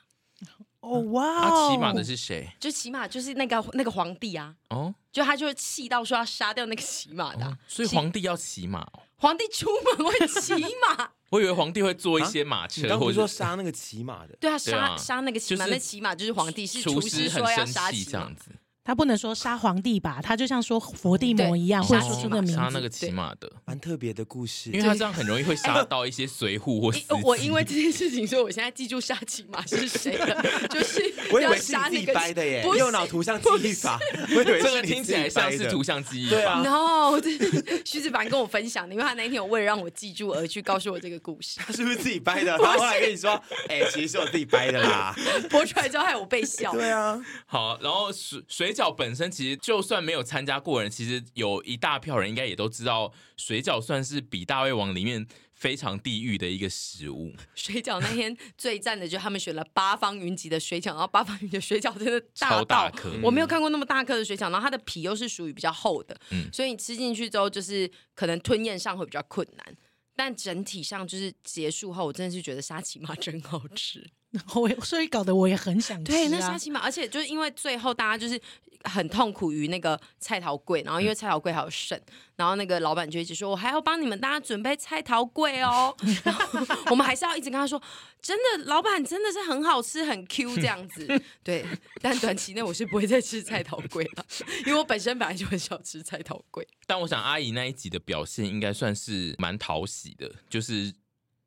F: 哦哇
C: 他
F: 哦，
C: 骑马啊的是谁？
B: 就骑马就是那个那个皇帝啊。
C: 哦，嗯
B: 就他就气到说要杀掉那个骑马的啊、
C: 所以
B: 骑
C: 皇帝要骑马哦。
B: 皇帝出门会骑马，
C: 我以为皇帝会坐一些马
E: 你
C: 车，
E: 刚不
C: 或
E: 是说
C: 者
E: 杀那个骑马的？
B: 对啊，
C: 对
B: 杀
C: 啊
B: 杀、那个骑马，
C: 就是
B: 那骑马就是皇帝，是
C: 厨
B: 师
C: 师
B: 说要
C: 很
B: 杀
C: 生气
B: 骑
C: 这
B: 马
C: 样。子。
F: 他不能说杀皇帝吧？他就像说佛地魔一样，
B: 对哎杀
F: 会说
B: 骑
F: 出
B: 马
F: 的名
C: 杀那个
F: 字。
C: 骑马的，
E: 蛮特别的故事，
C: 因为他这样很容易会杀到一些随扈或司
B: 因哎哦我
C: 机
B: 因为这件事情，所以我现在记住杀骑马是谁 了，就是
E: 我以
B: 要
E: 为是你
B: 杀
E: 自
B: 那
E: 己
B: 个
E: 掰的耶
B: 不，是
E: 右脑图像记忆法。 我以为
C: 这
E: 是
C: 个
E: 你
C: 听
E: 自
C: 起
E: 己
C: 来像
E: 掰
C: 是
E: 的
C: 图像记忆
E: 对
C: 法
E: 啊。
B: No，对徐子凡跟我分享的，因为他那一天有为了让我记住而去告诉我这个故事，
E: 他是不是自己掰的？他后来跟你说，哎、其实是我自己掰的啦。
B: 播出来之后害我被笑。
E: 对啊，
C: 好，然后水水饺本身其实就算没有参加过的人，其实有一大票人应该也都知道，水饺算是比大胃王里面非常地狱的一个食物。
B: 水饺那天最赞的就是他们选了八方云集的水饺，然后八方云集的水饺真的大到
C: 超大颗
B: 我
E: 嗯
B: 没有看过那么大颗的水饺，然后它的皮又是属于比较厚的，
C: 嗯
B: 所以你吃进去之后就是可能吞咽上会比较困难。但整体上就是结束后，我真的是觉得沙琪玛真好吃。
F: 我也所以搞得我也很想吃、啊。
B: 对，那沙琪玛，而且就是因为最后大家就是很痛苦于那个菜桃柜，然后
F: 嗯
B: 因为菜桃柜还有剩，然后那个老板就一直说，我还要帮你们大家准备菜桃柜 哦。然后我们还是要一直跟他说，真的，老板真的是很好吃，很 Q 这样 子。对，但短期内我是不会再吃菜桃柜了，因为我本身本来就很少吃菜桃柜。
C: 但我想阿姨那一集的表现应该算是蛮讨喜的，就是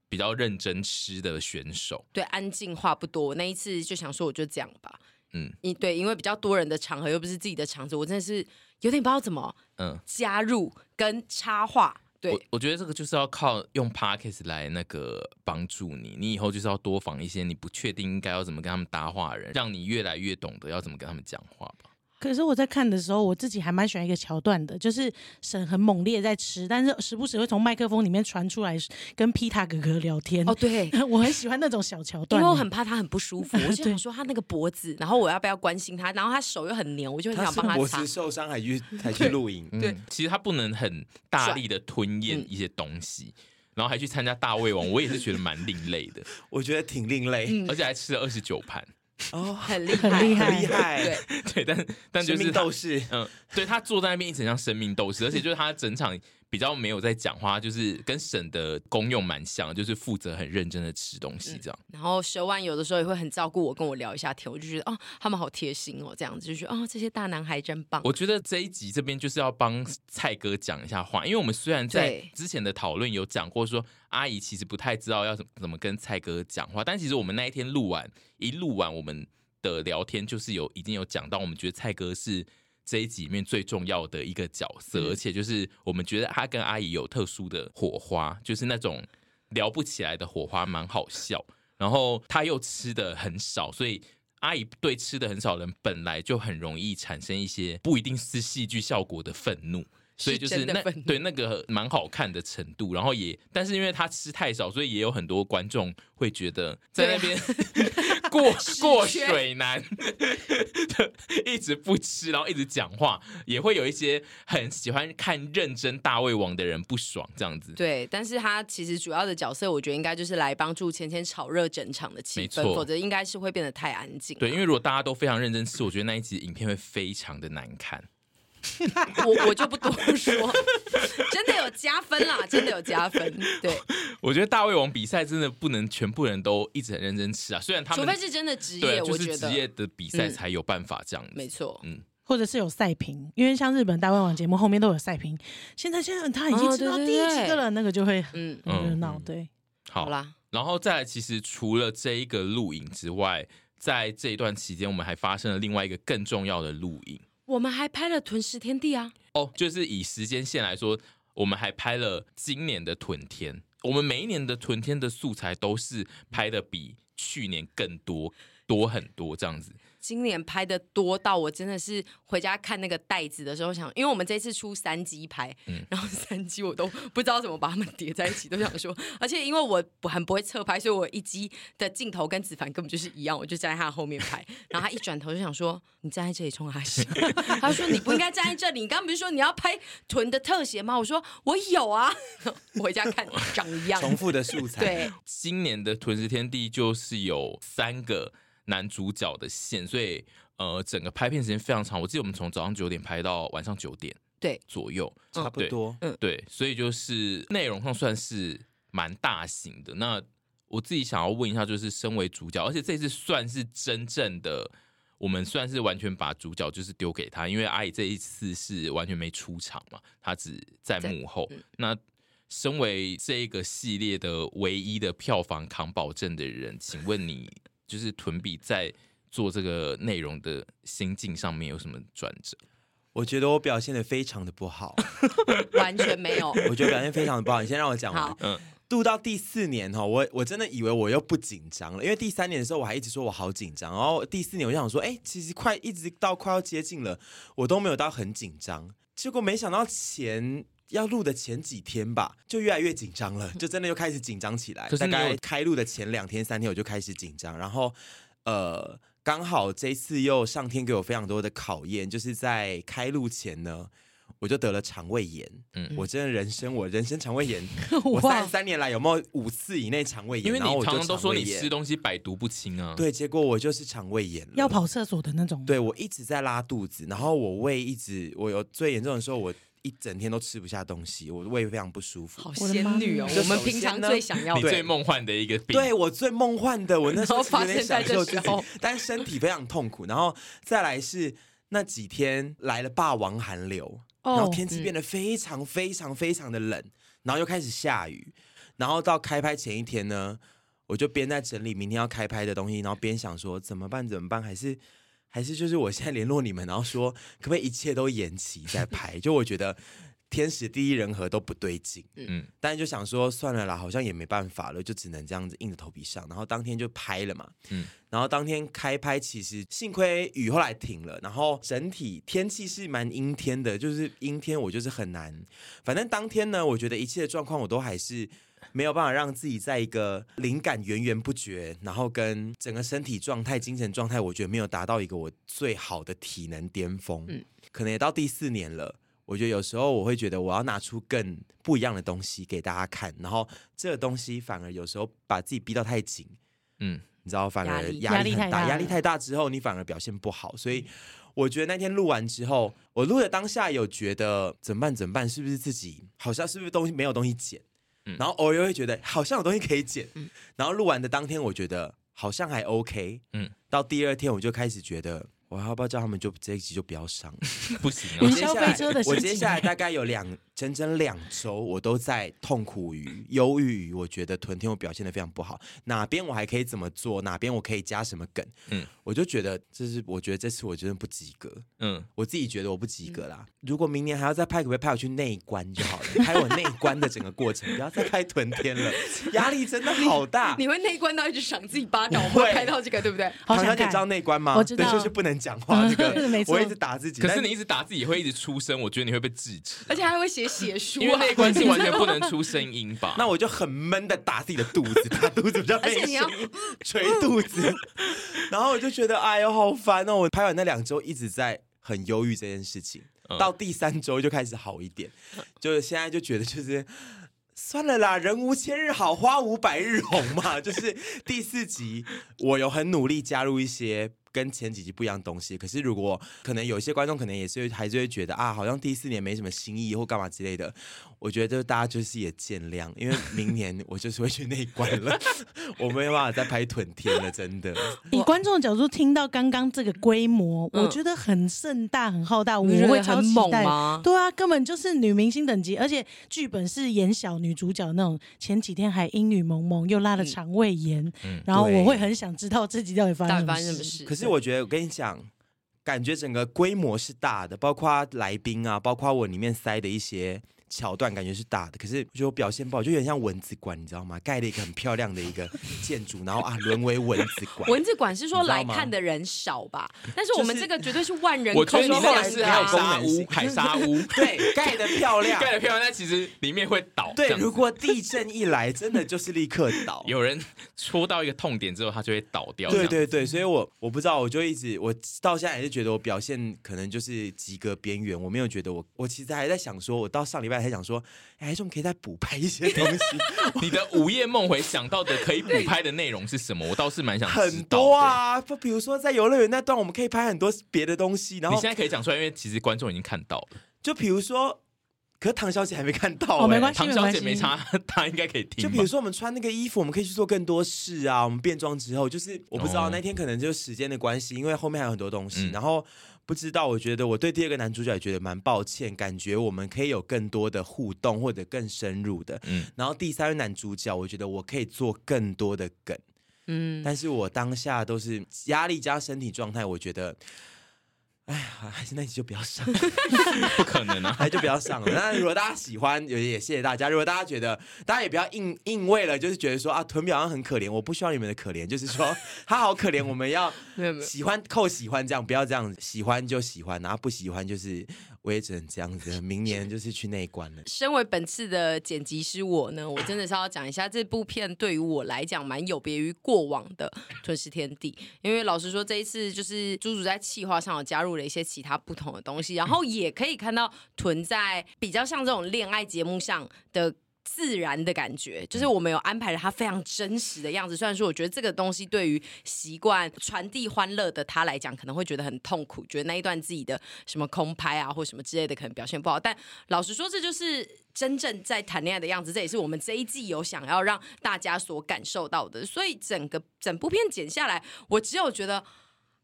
C: 比较认真吃的选手。
B: 对，安静话不多。我那一次就想说，我就这样吧。
C: 嗯
B: 因对，因为比较多人的场合，又不是自己的场子，我真的是有点不知道怎么
C: 嗯，
B: 加入跟插画。
C: 我
B: 对，
C: 我觉得这个就是要靠用 podcast 来那个帮助你，你以后就是要多访一些你不确定应该要怎么跟他们搭话的人，让你越来越懂得要怎么跟他们讲话吧。
F: 可是我在看的时候，我自己还蛮喜欢一个桥段的，就是沈很猛烈在吃，但是时不时会从麦克风里面传出来跟皮塔哥哥聊天。
B: 哦对，
F: 我很喜欢那种小桥
B: 因
F: 段，
B: 为我很怕他很不舒服，我就
F: 对
B: 想说他那个脖子，然后我要不要关心他？然后他手又很黏，我就很
E: 他
B: 想
E: 是
B: 帮
E: 脖
B: 擦
E: 子。受伤还去还去露营，
C: 嗯
B: 对，
C: 其实他不能很大力的吞咽
B: 嗯
C: 一些东西，然后还去参加大胃王，我也是觉得蛮另类的，
E: 我觉得挺另类
C: 而且还吃了二十九盘。
E: 哦，
B: 很厉害，
F: 很厉害
E: 很厉害，
B: 对，
C: 对，但但就
E: 生
C: 是
E: 命
C: 他
E: 斗士。
C: 嗯，对他坐在那边一直很像生命斗士，而且就是他整场比较没有在讲话，就是跟沈的功用蛮像，就是负责很认真的吃东
E: 嗯
C: 西这样。
B: 然后蛇丸有的时候也会很照顾我，跟我聊一下天，我就觉得哦，他们好贴心哦，这样子就觉得哦，这些大男孩真棒。
C: 我觉得这一集这边就是要帮蔡哥讲一下话，因为我们虽然在
B: 对
C: 之前的讨论有讲过说，阿姨其实不太知道要怎么怎么跟蔡哥讲话，但其实我们那一天录完一录完我们的聊天，就是有已经有讲到，我们觉得蔡哥是这一集里面最重要的一个角
B: 嗯
C: 色，而且就是我们觉得他跟阿姨有特殊的火花，就是那种聊不起来的火花，蛮好笑。然后他又吃的很少，所以阿姨对吃的很少的人本来就很容易产生一些不一定是戏剧效果的愤怒。所以就是
B: 真的
C: 那
B: 愤怒
C: 对那个蛮好看的程度，然后也但是因为他吃太少，所以也有很多观众会觉得在那边、
B: 啊
C: 过过水男的一直不吃，然后一直讲话，也会有一些很喜欢看认真大胃王的人不爽这样子。
B: 对，但是他其实主要的角色，我觉得应该就是来帮助芊芊炒热整场的气
C: 没
B: 氛，
C: 错
B: 否则应该是会变得太安静。
C: 对，因为如果大家都非常认真吃，我觉得那一集影片会非常的难看。
B: 我我就不多说， 真的有加分啦，真的有加分。对，
C: 我觉得大胃王比赛真的不能全部人都一直很认真吃啊，虽然他
B: 除
C: 们
B: 非是真的职
C: 对
B: 业，
C: 就
B: 我
C: 是
B: 觉
C: 职
B: 得
C: 业的嗯比赛
B: 嗯
C: 才有办法这样子。
B: 没错。
F: 或者是有赛评，因为像日本大胃王节目后面都有赛评。现在现在他已经
B: 哦
F: 吃到
B: 对
F: 第
B: 对
F: 几
B: 对
F: 个了，那个就会
B: 嗯，
F: 很热
C: 嗯
F: 闹。对，
B: 好啦，
C: 然后再来，其实除了这一个录影之外，在这一段期间，我们还发生了另外一个更重要的录影
B: 我们还拍了《吞食天地》啊，
C: 哦，就是以时间线来说，我们还拍了今年的屯天。我们每一年的屯天的素材都是拍的比去年更多多很多这样子。
B: 今年拍的多到我真的是回家看那个袋子的时候想，因为我们这次出三机拍，
C: 嗯
B: 然后三机我都不知道怎么把它们叠在一起，都想说， 而且因为我不很不会侧拍，所以我一机的镜头跟子凡根本就是一样，我就站在他后面 拍，然后他一转头就想说你站在这里冲阿 西，他说你不应该站在这里，你刚刚不是说你要拍臀的特写吗？我说我有啊， 我回家看长一样，
E: 重复的素材，
B: 对。
C: 今年的《吞食天地》就是有三个男主角的线，所以呃，整个拍片时间非常长。我记得我们从早上九点拍到晚上九点，
B: 对
C: 左右，
E: 差不多。
C: 嗯对，所以就是内容上算是蛮大型的。那我自己想要问一下，就是身为主角，而且这次算是真正的，我们算是完全把主角就是丢给他，因为阿姨这一次是完全没出场嘛，她只在幕后。那身为这个系列的唯一的票房扛保证的人，请问你就是屯比在做这个内容的心境上面有什么转折？
E: 我觉得我表现的非常的不好，
B: 完全没有。
E: 我觉得表现非常的不好。你先让我讲完
B: 好。
C: 嗯
E: 录到第四年哈，我我真的以为我又不紧张了，因为第三年的时候我还一直说我好紧张，然后第四年我就想说，哎、其实快一直到快要接近了，我都没有到很紧张。结果没想到前要录的前几天吧，就越来越紧张了，就真的又开始紧张起来。
C: 可是
E: 大
C: 你有
E: 概开录的前两天、三天我就开始紧张，然后呃，刚好这一次又上天给我非常多的考验，就是在开录前呢。我就得了肠胃炎，嗯
C: 嗯，
E: 我真的人生我人生肠胃炎，
F: 哇
E: 我三十三年来有没有五次以内肠胃炎？
C: 因为你
E: 然后我就
C: 常常都说你
E: 肠胃炎
C: 吃东西百毒不侵啊。，
E: 对，结果我就是肠胃炎了，
F: 要跑厕所的那种。
E: 嗯对我一直在拉肚子，然后我胃一直，我有最严重的时候，我一整天都吃不下东西，我胃非常不舒服。
B: 好
F: 我的妈
B: 仙女哦
F: 呀！
B: 我们平常最想要
C: 你
B: 的，
C: 最梦幻的一个病。
E: 对我最梦幻的，我那时候
B: 然后
E: 其实
B: 发
E: 有点
B: 现
E: 享
B: 在这
E: 受自
B: 时候
E: 己，但是身体非常痛苦。然后再来是那几天来了霸王寒流，
F: 哦
E: 然后天气变得非常非常非常的冷，然后又开始下雨，然后到开拍前一天呢，我就边在整理明天要开拍的东西，然后边想说怎么办怎么办，还是。还是就是我现在联络你们，然后说可不可以一切都延期再拍？就我觉得天时地利人和都不对劲，嗯
C: 嗯，
E: 但是就想说算了啦，好像也没办法了，就只能这样子硬着头皮上。然后当天就拍了嘛，嗯
C: 嗯，
E: 然后当天开拍，其实幸亏雨后来停了，然后整体天气是蛮阴天的，就是阴天我就是很难，反正当天呢，我觉得一切的状况我都还是。没有办法让自己在一个灵感源源不绝，然后跟整个身体状态、精神状态，我觉得没有达到一个我最好的体能巅峰。嗯，可能也到第四年了。我觉得有时候我会觉得我要拿出更不一样的东西给大家看，然后这个东西反而有时候把自己逼到太紧，
C: 嗯，
E: 你知道，反而
B: 压力
E: 压力很
F: 压力太大
E: 大，
F: 了嗯
E: 压力太大之后，你反而表现不好。所以我觉得那天录完之后，我录的当下有觉得怎么办？怎么办？是不是自己好像是不是东西没有东西剪？
C: 嗯
E: 然后偶尔又会觉得好像有东西可以剪，
F: 嗯
E: 然后录完的当天，我觉得好像还 OK，嗯
C: 嗯，
E: 到第二天我就开始觉得，我要不要叫他们就这一集就不要上了？
C: 不行
E: 我
C: 啊
F: 云。
E: 接下
F: 霄
E: 来
F: 飞车的事情
E: 我接下来大概有两整整两周，我都在痛苦于、忧郁于，我觉得屯天我表现的非常不好，哪边我还可以怎么做，哪边我可以加什么梗，嗯
C: 嗯，
E: 我就觉得这是我觉得这次我真的不及格，
C: 嗯，
E: 我自己觉得我不及
F: 嗯
E: 格啦。如果明年还要再拍，可不可以拍我去内关就好了，拍我内关的整个过程，不要再拍屯天 了，压力真的好大。
B: 你会内观到一直赏自己巴掌，
E: 我
B: 我
E: 会
B: 会拍到这个，对不对？
F: 好
E: 唐小
F: 想
E: 姐
F: 看
E: 知道内关吗？
F: 我知道，
E: 对，就是不能讲话这个
F: 没错
E: 我一直打自己。
C: 可是
E: 但
C: 你一直打字也会一直出声，我觉得你会被制 止，
B: 而且还会写写书、啊，
C: 因为那一关是完全不能出声音吧？
E: 那我就很闷的打自己的肚子，打肚子比较
B: 而且
E: 费
B: 你
E: 力
B: 要，
E: 捶肚子。然后我就觉得，哎呦，好烦哦！我拍完那两周一直在很忧郁这件事情，
B: 嗯
E: 到第三周就开始好一点，就是现在就觉得就是。算了啦，人无千日好，花无百日红嘛。就是第四集，我有很努力加入一些跟前几集不一样的东西。可是如果可能，有一些观众可能也是会还是会觉得啊，好像第四年没什么新意或干嘛之类的。我觉得大家就是也见谅，因为明年我就是会去内关了，我没有办法再拍屯天了，真 的。
F: 以观众的角度听到刚刚这个规模，
B: 嗯
F: 我觉得很盛大、很浩 大，我
B: 你觉得
F: 会超
B: 很
F: 期
B: 猛
F: 待。
B: 吗
F: 对啊，根本就是女明星等级，而且剧本是演小女主角那种。前几天还英语萌萌，又拉了肠胃炎，然后
E: 对
F: 我会很想知道这集到底发
B: 到
F: 生
B: 底
F: 什
B: 发
F: 么
B: 生什么
F: 事。
B: 事？
E: 可是我觉得，我跟你讲，感觉整个规模是大的，包括来宾啊，包括我里面塞的一些桥段，感觉是大的。可是我觉得我表现不好，就有点像蚊子馆，你知道吗？盖了一个很漂亮的一个建筑，然后啊，沦为蚊子馆。
B: 蚊子馆是说
E: 你知道
B: 来
E: 吗
B: 看的人少吧，但是我们
E: 就
B: 这
E: 是
B: 个绝对是万人
C: 我觉
B: 空
C: 得你
B: 巷
C: 那
E: 后
C: 个
E: 来
C: 是
B: 的
C: 海
E: 还有功
B: 啊。
C: 沙
E: 能性
C: 屋，海沙屋
E: 对，盖的漂亮。
C: 盖的漂亮，但其实里面会倒。
E: 对
C: 这，样子
E: 如果地震一来，真的就是立刻 倒。
C: 有人戳到一个痛点之后，他就会倒掉。
E: 对
C: 这样，
E: 对对，所以我我不知道，我就一直我到现在还是觉得我表现可能就是及格边缘，我没有觉得我我其实还在想说，我到上礼拜还想说，哎，还是我们可以再补拍一些东西，
C: 你的午夜梦回想到的可以补拍的内容是什么？我倒是蛮 想知道的
E: 很多。啊，不，比如说在游乐园那段，我们可以拍很多别的东西，然
C: 你
E: 后
C: 现在可以讲出来，因为其实观众已经看到了。
E: 就比如说，可是唐小姐还没看到、欸，
F: 哦没关系
C: 唐小姐没
F: 没关系
C: 差，她应该可以听
E: 就
C: 吧。
E: 比如说我们穿那个衣服，我们可以去做更多事啊。我们变装之后，就是我不知道、
C: 哦
E: 那天可能就是时间的关系，因为后面还有很多东西，
C: 嗯
E: 然后不知道。我觉得我对第二个男主角也觉得蛮抱歉，感觉我们可以有更多的互动或者更深入的。
C: 嗯
E: 然后第三位男主角，我觉得我可以做更多的梗，
B: 嗯，
E: 但是我当下都是压力加身体状态，我觉得。哎呀，还是那集就不要上，
C: 不可能啊，
E: 那就不要上了。那如果大家喜欢，也也谢谢大家。如果大家觉得，大家也不要硬硬为了，就是觉得说啊，屯比好像很可怜，我不需要你们的可怜，就是说他好可怜，我们要
B: 没有没有
E: 喜欢扣喜欢这样，不要这样，喜欢就喜欢，然后不喜欢就是我也只能这样子，明年就是去内关了。
B: 身为本次的剪辑师我呢，我真的是要讲一下这部片对于我来讲蛮有别于过往的《吞食天地》，因为老实说这一次就是猪主在企划上有加入了一些其他不同的东西，然后也可以看到屯在比较像这种恋爱节目上的。自然的感觉，就是我们有安排了他非常真实的样子。虽然说，我觉得这个东西对于习惯传递欢乐的他来讲，可能会觉得很痛苦，觉得那一段自己的什么空拍啊，或什么之类的，可能表现不好。但老实说，这就是真正在谈恋爱的样子。这也是我们这一季有想要让大家所感受到的。所以，整个整部片剪下来，我只有觉得。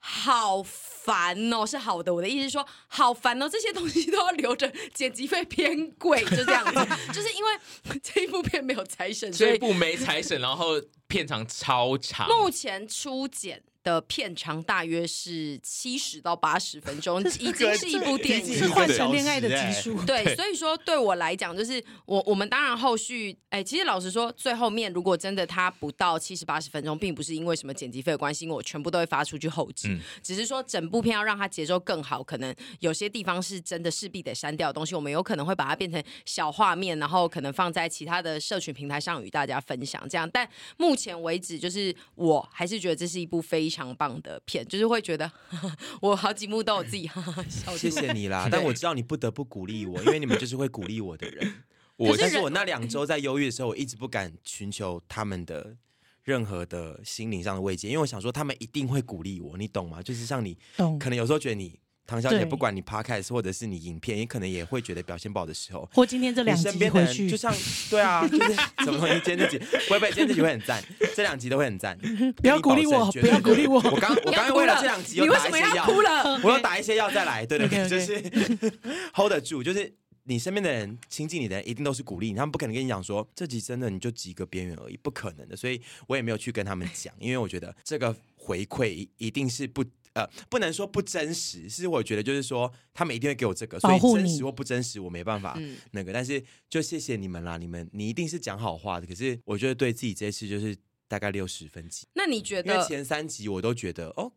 B: 好烦哦，是好的。我的意思是说，好烦哦，这些东西都要留着，剪辑费偏贵，就这样子。 就是因为这一部片没有财神，所
C: 这一
B: 以
C: 部没财神，然后片长超长，
B: 目前初剪的片长大约是七十到八十分钟，已经是一部电影了。
F: 是换成恋爱的集数。
B: 对，所以说对我来讲，就是我我们当然后续，哎，其实老实说，最后面如果真的它不到七十八十分钟，并不是因为什么剪辑费的关系，因为我全部都会发出去后置，
C: 嗯
B: 只是说整部片要让它节奏更好，可能有些地方是真的势必得删掉的东西，我们有可能会把它变成小画面，然后可能放在其他的社群平台上与大家分享这样。但目前为止，就是我还是觉得这是一部非常棒的片，就是会觉得 我好几幕都有自己哈哈笑出
E: 谢谢你啦，但我知道你不得不鼓励我，因为你们就是会鼓励我的人。
C: 我
E: 我但是我那两周在忧郁的时候，我一直不敢寻求他们的任何的心灵上的慰藉，因为我想说他们一定会鼓励我，你懂吗？就是像你，
F: 懂
E: 可能有时候觉得你唐小姐，
F: 嗯对
E: 不管你 podcast 或者是你影片，也可能也会觉得表现不好的时候，
F: 或今天这两
E: 你身
F: 集
E: 边的
F: 回
E: 人
F: 去，
E: 就像对啊， 就是什么东西，今天这集不会不会，今天这集会很赞，这两集都会很赞。
F: 不要鼓励我
E: 跟你保证
F: 不要鼓励我
E: 绝对我刚我刚刚为了这两集
B: 你
E: 又
B: 为
E: 打
B: 什
E: 一啊
B: 么
E: 些
B: 要
E: 药，
B: 哭了？
E: 我又打一些药再来，对对对，
F: OK，OK
E: 就是 hold 得住，就是。你身边的人、亲近你的人，一定都是鼓励你，他们不可能跟你讲说这集真的你就及格边缘而已，不可能的。所以我也没有去跟他们讲，因为我觉得这个回馈一定是不呃，不能说不真实，是我觉得就是说他们一定会给我这个，所
F: 保
E: 以
F: 护
E: 真
F: 你
E: 实或不真实我没办法
B: 嗯
E: 那个，但是就谢谢你们啦，你们你一定是讲好话的，可是我觉得对自己这次就是大概六十分级，
B: 那你觉
E: 因为
B: 得？
E: 前三集我都觉得哦，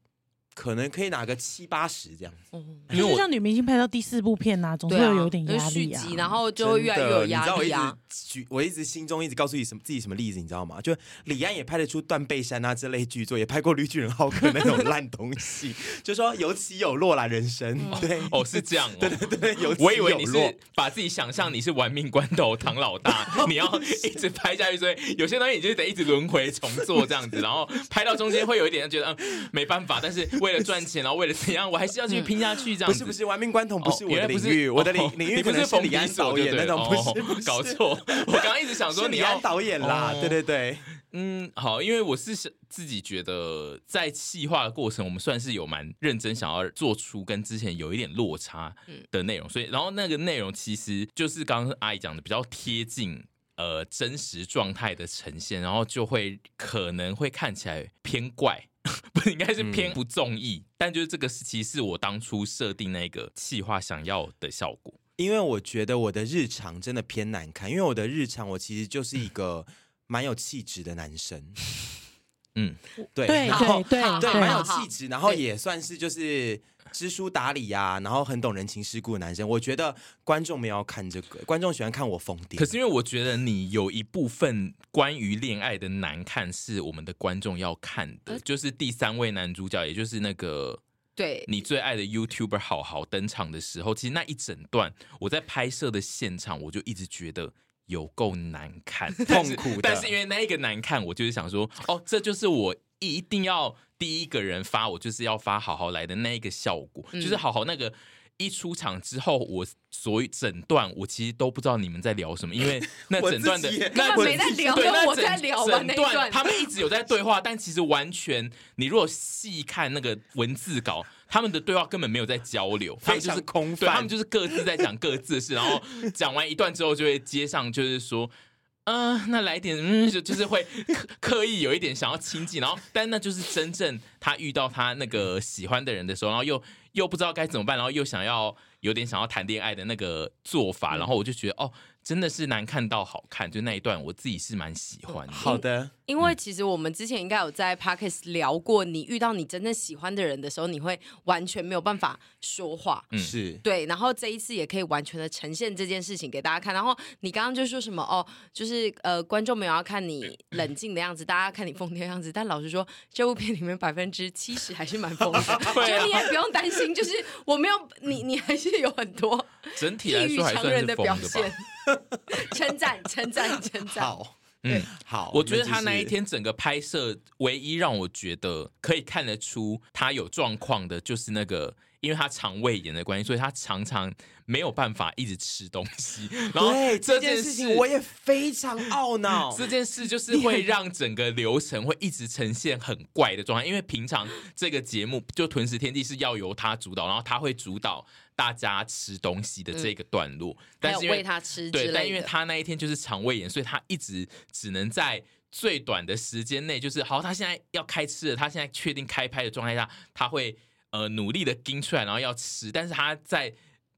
E: 可能可以拿个七八十这样。
B: 嗯
C: 因为
F: 就
C: 我
F: 像女明星拍到第四部片呐、总是
B: 对
F: 会
B: 啊，
F: 有点压
B: 就
F: 力
B: 是
F: 啊
B: 续集。然后就会越来越有压力
E: 真的
B: 啊。
E: 你知道我一直举，我一直心中一直告诉你什么自己什么例子，你知道吗？就李安也拍得出《断背山》啊这类剧作，也拍过《绿巨人浩克》那种烂东西，就说有起有落啦，人生。对，
C: 哦是这样、哦，对 对
E: 对，有起
C: 我以为你
E: 有落
C: 是把自己想象你是玩命关头唐老 大，你要一直拍下去，所以有些东西你就得一直轮回重做这样子，然后拍到中间会有一点觉得嗯没办法，但是为了赚钱，然后为了怎样，我还是要
B: 嗯
C: 去拼下去这样
E: 不
C: 子。
E: 是不是，玩命关头不是
C: 哦
E: 我的
C: 原来不
E: 领
C: 是
E: 域，我的
C: 哦
E: 领领
C: 你
E: 域
C: 不
E: 可
C: 是
E: 能是
C: 冯
E: 李安
C: 迪所
E: 导
C: 就
E: 演
C: 对
E: 那种，
C: 了
E: 不
C: 哦
E: 是不是
C: 搞错，我刚刚一直想说
E: 是
C: 你
E: 李
C: 要
E: 安导演啦
C: 哦，
E: 对对对，
C: 嗯，好，因为我是想自己觉得在细化的过程，我们算是有蛮认真想要做出跟之前有一点落差的内容，所以然后那个内容其实就是刚刚阿姨讲的比较贴近。呃，真实状态的呈现，然后就会可能会看起来偏怪， 不应该是偏不中意，但就是这个是其实是我当初设定那个企划想要的效果。
E: 因为我觉得我的日常真的偏难看，因为我的日常我其实就是一个蛮有气质的男 生，
C: 嗯，
E: 对
F: 对
E: 然
F: 对
E: 后
F: 对
B: 好
E: 对，
B: 好
E: 蛮有
B: 好
E: 气质，然后
B: 对
E: 也算是就是知书达理呀、然后很懂人情世故的男生。我觉得观众没有要看这个，观众喜欢看我疯癫。
C: 可是因为我觉得你有一部分关于恋爱的难看是我们的观众要看的，就是第三位男主角，也就是那个
B: 对，
C: 你最爱的 YouTuber 好好登场的时候，其实那一整段我在拍摄的现场，我就一直觉得。有够难 看，但是
E: 痛苦的
C: 但是因为那一个难看，我就是想说，哦，这就是我一定要第一个人发，我就是要发好好来的那一个效果，
B: 嗯
C: 就是好好那个一出场之后，我所以整段我其实都不知道你们在聊什么，因为 那整段的
E: 我自己也
C: 那
B: 根本没在聊
C: 对，
B: 跟
C: 那
B: 我
C: 整
B: 在聊吧
C: 整
B: 那一
C: 段
B: 段
C: 他们一直有在对话，但其实完全，你如果细看那个文字稿，他们的对话根本没有在交流，他们就
E: 非
C: 是
E: 常空泛
C: 对他们就是各自在讲各自的事，然后讲完一段之后就会接上，就是说。嗯、那来点，嗯，就就是会刻刻意有一点想要亲近，然后，但那就是真正他遇到他那个喜欢的人的时候，然后又又不知道该怎么办，然后又想要有点想要谈恋爱的那个做法，然后我就觉得哦，真的是难看到好看，就那一段我自己是蛮喜欢的。
E: 好的，
B: 因为其实我们之前应该有在 Parkes 聊过，你遇到你真正喜欢的人的时候，你会完全没有办法说话。
C: 嗯
E: 是
B: 对，然后这一次也可以完全的呈现这件事情给大家看。然后你刚刚就说什么哦，就是呃，观众没有要看你冷静的样子，大家看你疯癫的样子。但老实说，这部片里面百分之七十还是蛮 疯的，
E: 啊
B: 所以你也不用担心，就是我没有你，你还是有很多
C: 整体
B: 异
C: 来
B: 于
C: 说还
B: 常
C: 算
B: 人
C: 是
B: 的
C: 疯
B: 表
C: 的
B: 现
C: 吧。。
B: 称赞，称赞，称赞。
E: 好，
C: 嗯，
E: 好，
C: 我觉得他
E: 们就是
C: 那一天整个拍摄，唯一让我觉得可以看得出他有状况的，就是那个，因为他肠胃炎的关系，所以他常常没有办法一直吃东西。然后
E: 对这
C: 件
E: 件事情，我也非常懊恼。
C: 这件事就是会让整个流程会一直呈现很怪的状态，因为平常这个节目就《屯食天地》是要由他主导，然后他会主导大家吃东西的这个段落，
B: 嗯还
C: 但
B: 有
C: 是因为
B: 喂他吃之
C: 对，但因
B: 类
C: 为
B: 的，
C: 他那一天就是肠胃炎，所以他一直只能在最短的时间内，就是好，他现在要开吃了，他现在确定开拍的状态下，他会呃努力的盯出来，然后要吃，但是他在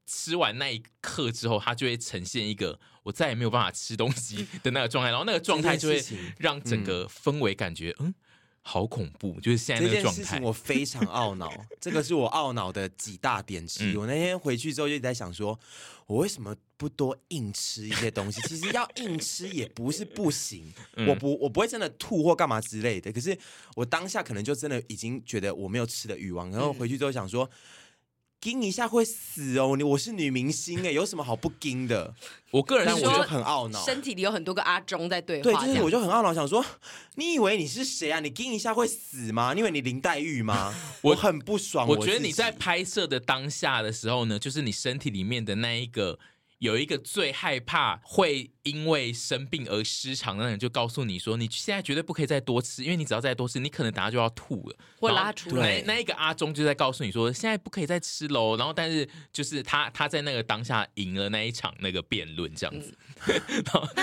C: 吃完那一刻之后，他就会呈现一个我再也没有办法吃东西的那个状态，然后那个状态就会
E: 这件事情
C: 让整个氛围感觉嗯好恐怖，就是现在
E: 这
C: 那个
E: 件
C: 状
E: 事
C: 态
E: 情。我非常懊 恼，这个是我懊恼的几大点之一。
C: 嗯
E: 我那天回去之后就一直在想说，我为什么不多硬吃一些东西？其实要硬吃也不是不 行，
C: 嗯
E: 我不我不会真的吐或干嘛之类的。可是我当下可能就真的已经觉得我没有吃的欲望，
C: 嗯
E: 然后回去之后想说。盯一下会死哦！你我是女明星哎、有什么好不盯 的？
C: 我个人
E: 但
C: 是
E: 我
C: 觉
E: 就
C: 得
E: 很懊恼。
B: 身体里有很多个阿忠在对
E: 对，
B: 话，
E: 就
B: 这
E: 是
B: 样
E: 我就很懊恼，想说，你以为你是谁啊？你盯一下会死吗？你以为你林黛玉吗？
C: 我
E: 我很不爽。
C: 我
E: 我
C: 觉得
E: 自己
C: 你在拍摄的当下的时候呢，就是你身体里面的那一个有一个最害怕会因为生病而失常的那人，就告诉你说，你现在绝对不可以再多吃，因为你只要再多吃，你可能等下就要吐了
B: 或
C: 然后
B: 拉出来
C: 那那一个阿忠就在告诉你说，现在不可以再吃喽。然后，但是就是他他在那个当下赢了那一场那个辩论，这
B: 嗯
C: 样子。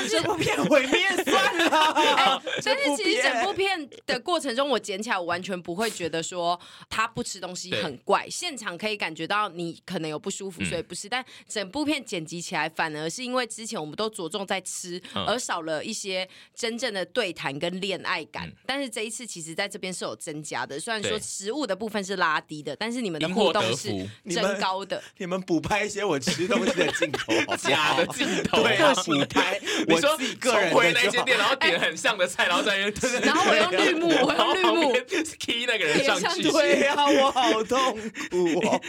E: 这部片毁灭算了。
B: 但是哦其实整部
E: 片
B: 片的过程中，我捡起来，我完全不会觉得说他不吃东西
C: 对
B: 很怪。现场可以感觉到你可能有不舒服，
C: 嗯
B: 所以不吃。但整部片剪辑起来，反而是因为之前我们都着重在吃，
C: 嗯
B: 而少了一些真正的对谈跟恋爱感。但是这一次，其实在这边是有增加的。虽然说
C: 嗯对
B: 食物的部分是拉低的，但是你们的
C: 因祸
B: 互动
C: 得
B: 是
C: 福
E: 你们
B: 增高的。
E: 你们补拍一些我吃东西的镜 头，好不好
C: 假的镜头
E: 对啊，补拍
C: 你
E: 我
C: 说
E: 自己个人
C: 重回那
E: 的就 好。
C: 间店，然后点很像的菜，然后在那边吃，
B: 然后我用绿幕，我
C: 然后
B: 用绿
C: 旁
B: 幕。
C: 边 key 那个人
B: 贴
C: 上
B: 上
C: 去，
B: 去
E: 对啊，我好痛苦哦！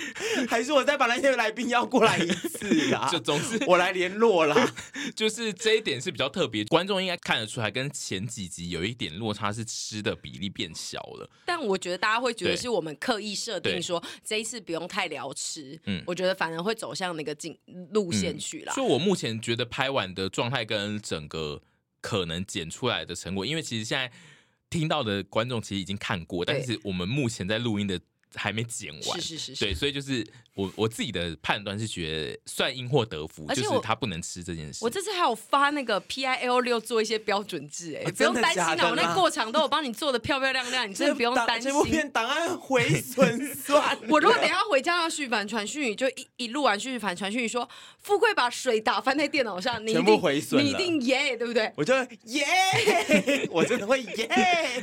E: 还是我再把那些来宾邀过来一次啊？
C: 就总之
E: 我来联络啦。
C: 就是这一点是比较特别，观众应该看得出来，跟前几集有一点落差，是吃的比例变小了。
B: 但我觉得大家会觉得
C: 对
B: 是我们刻意设
C: 对
B: 定说这一次不用太聊吃，
C: 嗯
B: 我觉得反而会走向那个进路
E: 嗯
B: 线去啦。
C: 所以我目前觉得拍完的状态跟整个可能剪出来的成果，因为其实现在听到的观众其实已经看过，
B: 对
C: 但是我们目前在录音的还没剪完。
B: 是是是
C: 对，
B: 是，
C: 所以就是我我自己的判断是觉得算因祸得福，
B: 而
C: 就
B: 且我
C: 是他不能吃这件事。
B: 我这次还有发那个 P I L 六做一些标准制、哎、
E: 哦
B: 不用
E: 真的
B: 担心
E: 假的
B: 我那
E: 啦
B: 过场都有帮你做的漂漂亮亮，你 真的不用
E: 这档
B: 担心
E: 这。部片档案毁损算
B: 我如果等一下回家让徐凡传讯宇，就一一录完徐凡传讯宇说，富贵把水打翻在电脑上，你一
E: 全部
B: 定
E: 毁损
B: 你一
E: 了
B: 定耶对不对？
E: 我就耶，我真的会耶。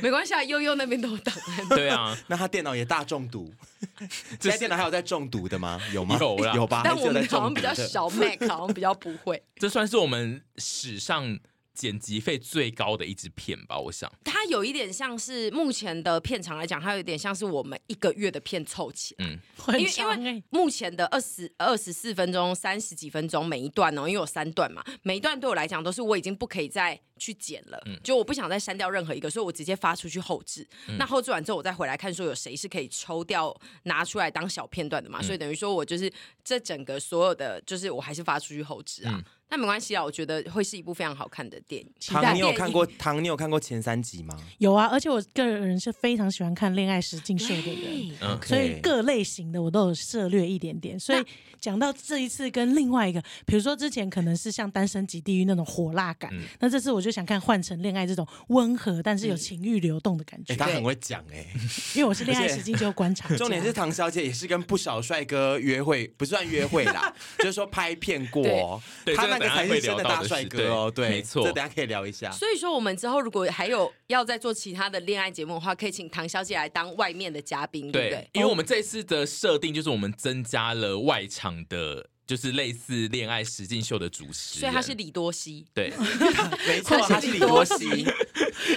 B: 没关系，啊，悠悠那边都有档案。
C: 对啊，
E: 那他电脑也大中毒， 这电脑还有在中毒的吗？有吗？
C: 有啦
E: 有吧？
B: 但
E: 还是
B: 我
E: 有在
B: 们好
E: 中
B: 像
E: 毒
B: 比较
E: 的
B: 少 Mac，好像比较不会。
C: 这算是我们史上剪辑费最高的一支片吧，我想。
B: 它有一点像是目前的片场来讲，它有一点像是我们一个月的片凑起来。
F: 很
B: 因为
F: 长
B: 因
F: 欸
B: 为目前的二十二十四分钟、三十几分钟每一段哦，因为有三段嘛，每一段对我来讲都是我已经不可以再去剪了，就我不想再删掉任何一个，所以我直接发出去后置。那后置完之后，我再回来看说有谁是可以抽掉拿出来当小片段的嘛，所以等于说我就是这整个所有的，就是我还是发出去后置啊。但没关系啊，我觉得会是一部非常好看的电影。
E: 唐，你有
B: 电影
E: 看过唐？你有看过前三集吗？
F: 有啊，而且我个人是非常喜欢看恋爱实境秀的人。
C: 嗯
F: 所以各类型的我都有涉略一点点。所以讲
E: 嗯
F: 到这一次跟另外一个，比如说之前可能是像《单身即地狱》那种火辣感，那这次我就想看《换成恋爱》这种温和但是有情欲流动的感觉
E: 哎，。他很会讲 哎、
F: 因为我是恋爱实境就观察 家，
E: 重点 是唐小姐也是跟不少帅哥约会，不算约会 啦，就是说拍片过、哦，
C: 对
E: 他
C: 对
E: 那个才是真的大帅哥哦，
C: 这
E: 对，
C: 个等一下会聊到的事对没错
E: 这等一下可以聊一
C: 啊
E: 下。
B: 所以说，我们之后如果还有要再做其他的恋爱节目的话，可以请唐小姐来当外面的嘉宾，对不
C: 对
B: 对，？哦
C: 因为我们这次的设定就是我们增加了外场的，就是类似恋爱实境秀的主持人，
B: 所以她是李多熙，
C: 对，
E: 没错，他是李多熙，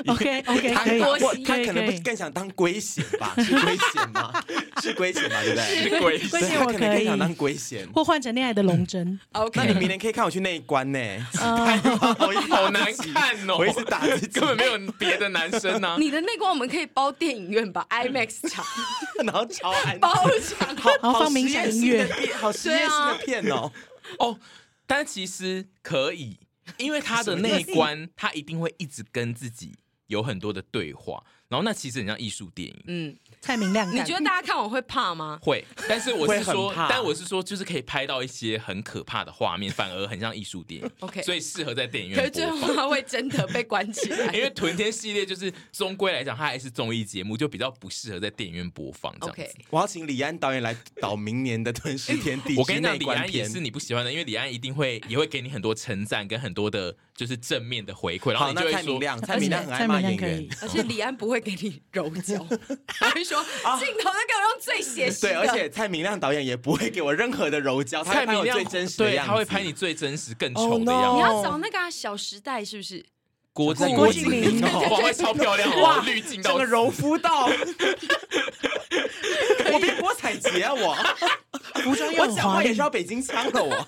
F: OK OK
E: 他
F: 可以，
E: 我
F: 可以
E: 他可能
F: 可
E: 不
F: 以
E: 更想当龟贤吧？是龟贤吗？是龟贤吧？对不对？
C: 是鬼
E: 所
F: 龟贤
E: 以他
F: 我
E: 可能
F: 可
E: 更
F: 以
E: 想当龟贤。
F: 或换成恋爱的龙 针，
E: 那你明年可以看我去那一关呢？
F: 呃，
E: 我一直打
C: 好难
E: 自己
C: 看哦
E: 我一直打自己
C: 根，本没有别的男生啊呢、
B: 你的内关我们可以包电影院吧，IMAX 场
E: 然后超安
B: 包 场。
F: 然后放
E: 实
F: 冥
E: 验
F: 想
E: 室
F: 音乐
E: 的，片，好实验室
C: 啊
E: 的片哦。
C: 哦，但其实可以，因为他的那一关，他一定会一直跟自己有很多的对话，然后那其实很像艺术电影。
B: 嗯，
F: 蔡明亮感，
B: 你觉得大家看完会怕 吗？
C: 会，但是我是
E: 会
C: 说
E: 很，怕
C: 但我是说，就是可以拍到一些很可怕的画面，反而很像艺术电影。
B: OK
C: 所以适合在电影
B: 可是
C: 院播
B: 最后
C: 放。
B: 她会真的被关起来，
C: 因为屯天系列就是终归来讲，它还是综艺节目，就比较不适合在电影院播放这样子。
B: OK
E: 我要请李安导演来导明年的《吞噬天地》。
C: 我跟你讲，李安也
E: 片
C: 是你不喜欢的，因为李安一定会也会给你很多称赞跟很多的，就是正面的回馈，然后
E: 好，
C: 你就会
E: 那蔡明
C: 说，
E: 亮，蔡
F: 而且
E: 明亮很爱骂演
F: 可
E: 员
F: 以。，
B: 而且李安不会给你揉 脚，他会说
C: 啊
B: 镜头都给我用最写实的。
E: 对，而且蔡明亮导演也不会给我任何的柔焦，他
C: 蔡
E: 会拍
C: 明
E: 我
C: 亮
E: 最真实的
C: 对，
E: 样子。
C: 他会拍你最真实、更丑的
E: Oh, no
C: 样
B: 你
C: 子。
B: 要找那个、啊《小时代》是不是？
C: 郭
E: 郭
F: 郭
C: 敬
F: 敬
C: 明
F: 明
C: 哦，哇，会超漂亮哦，滤镜
E: 整
C: 到
E: 个
C: 死
E: 柔肤 到，我变郭采洁啊！ 我
F: 服装又
E: 我
F: 很
E: 讲
F: 华
E: 话也
F: 丽
E: 是，要北京腔的我。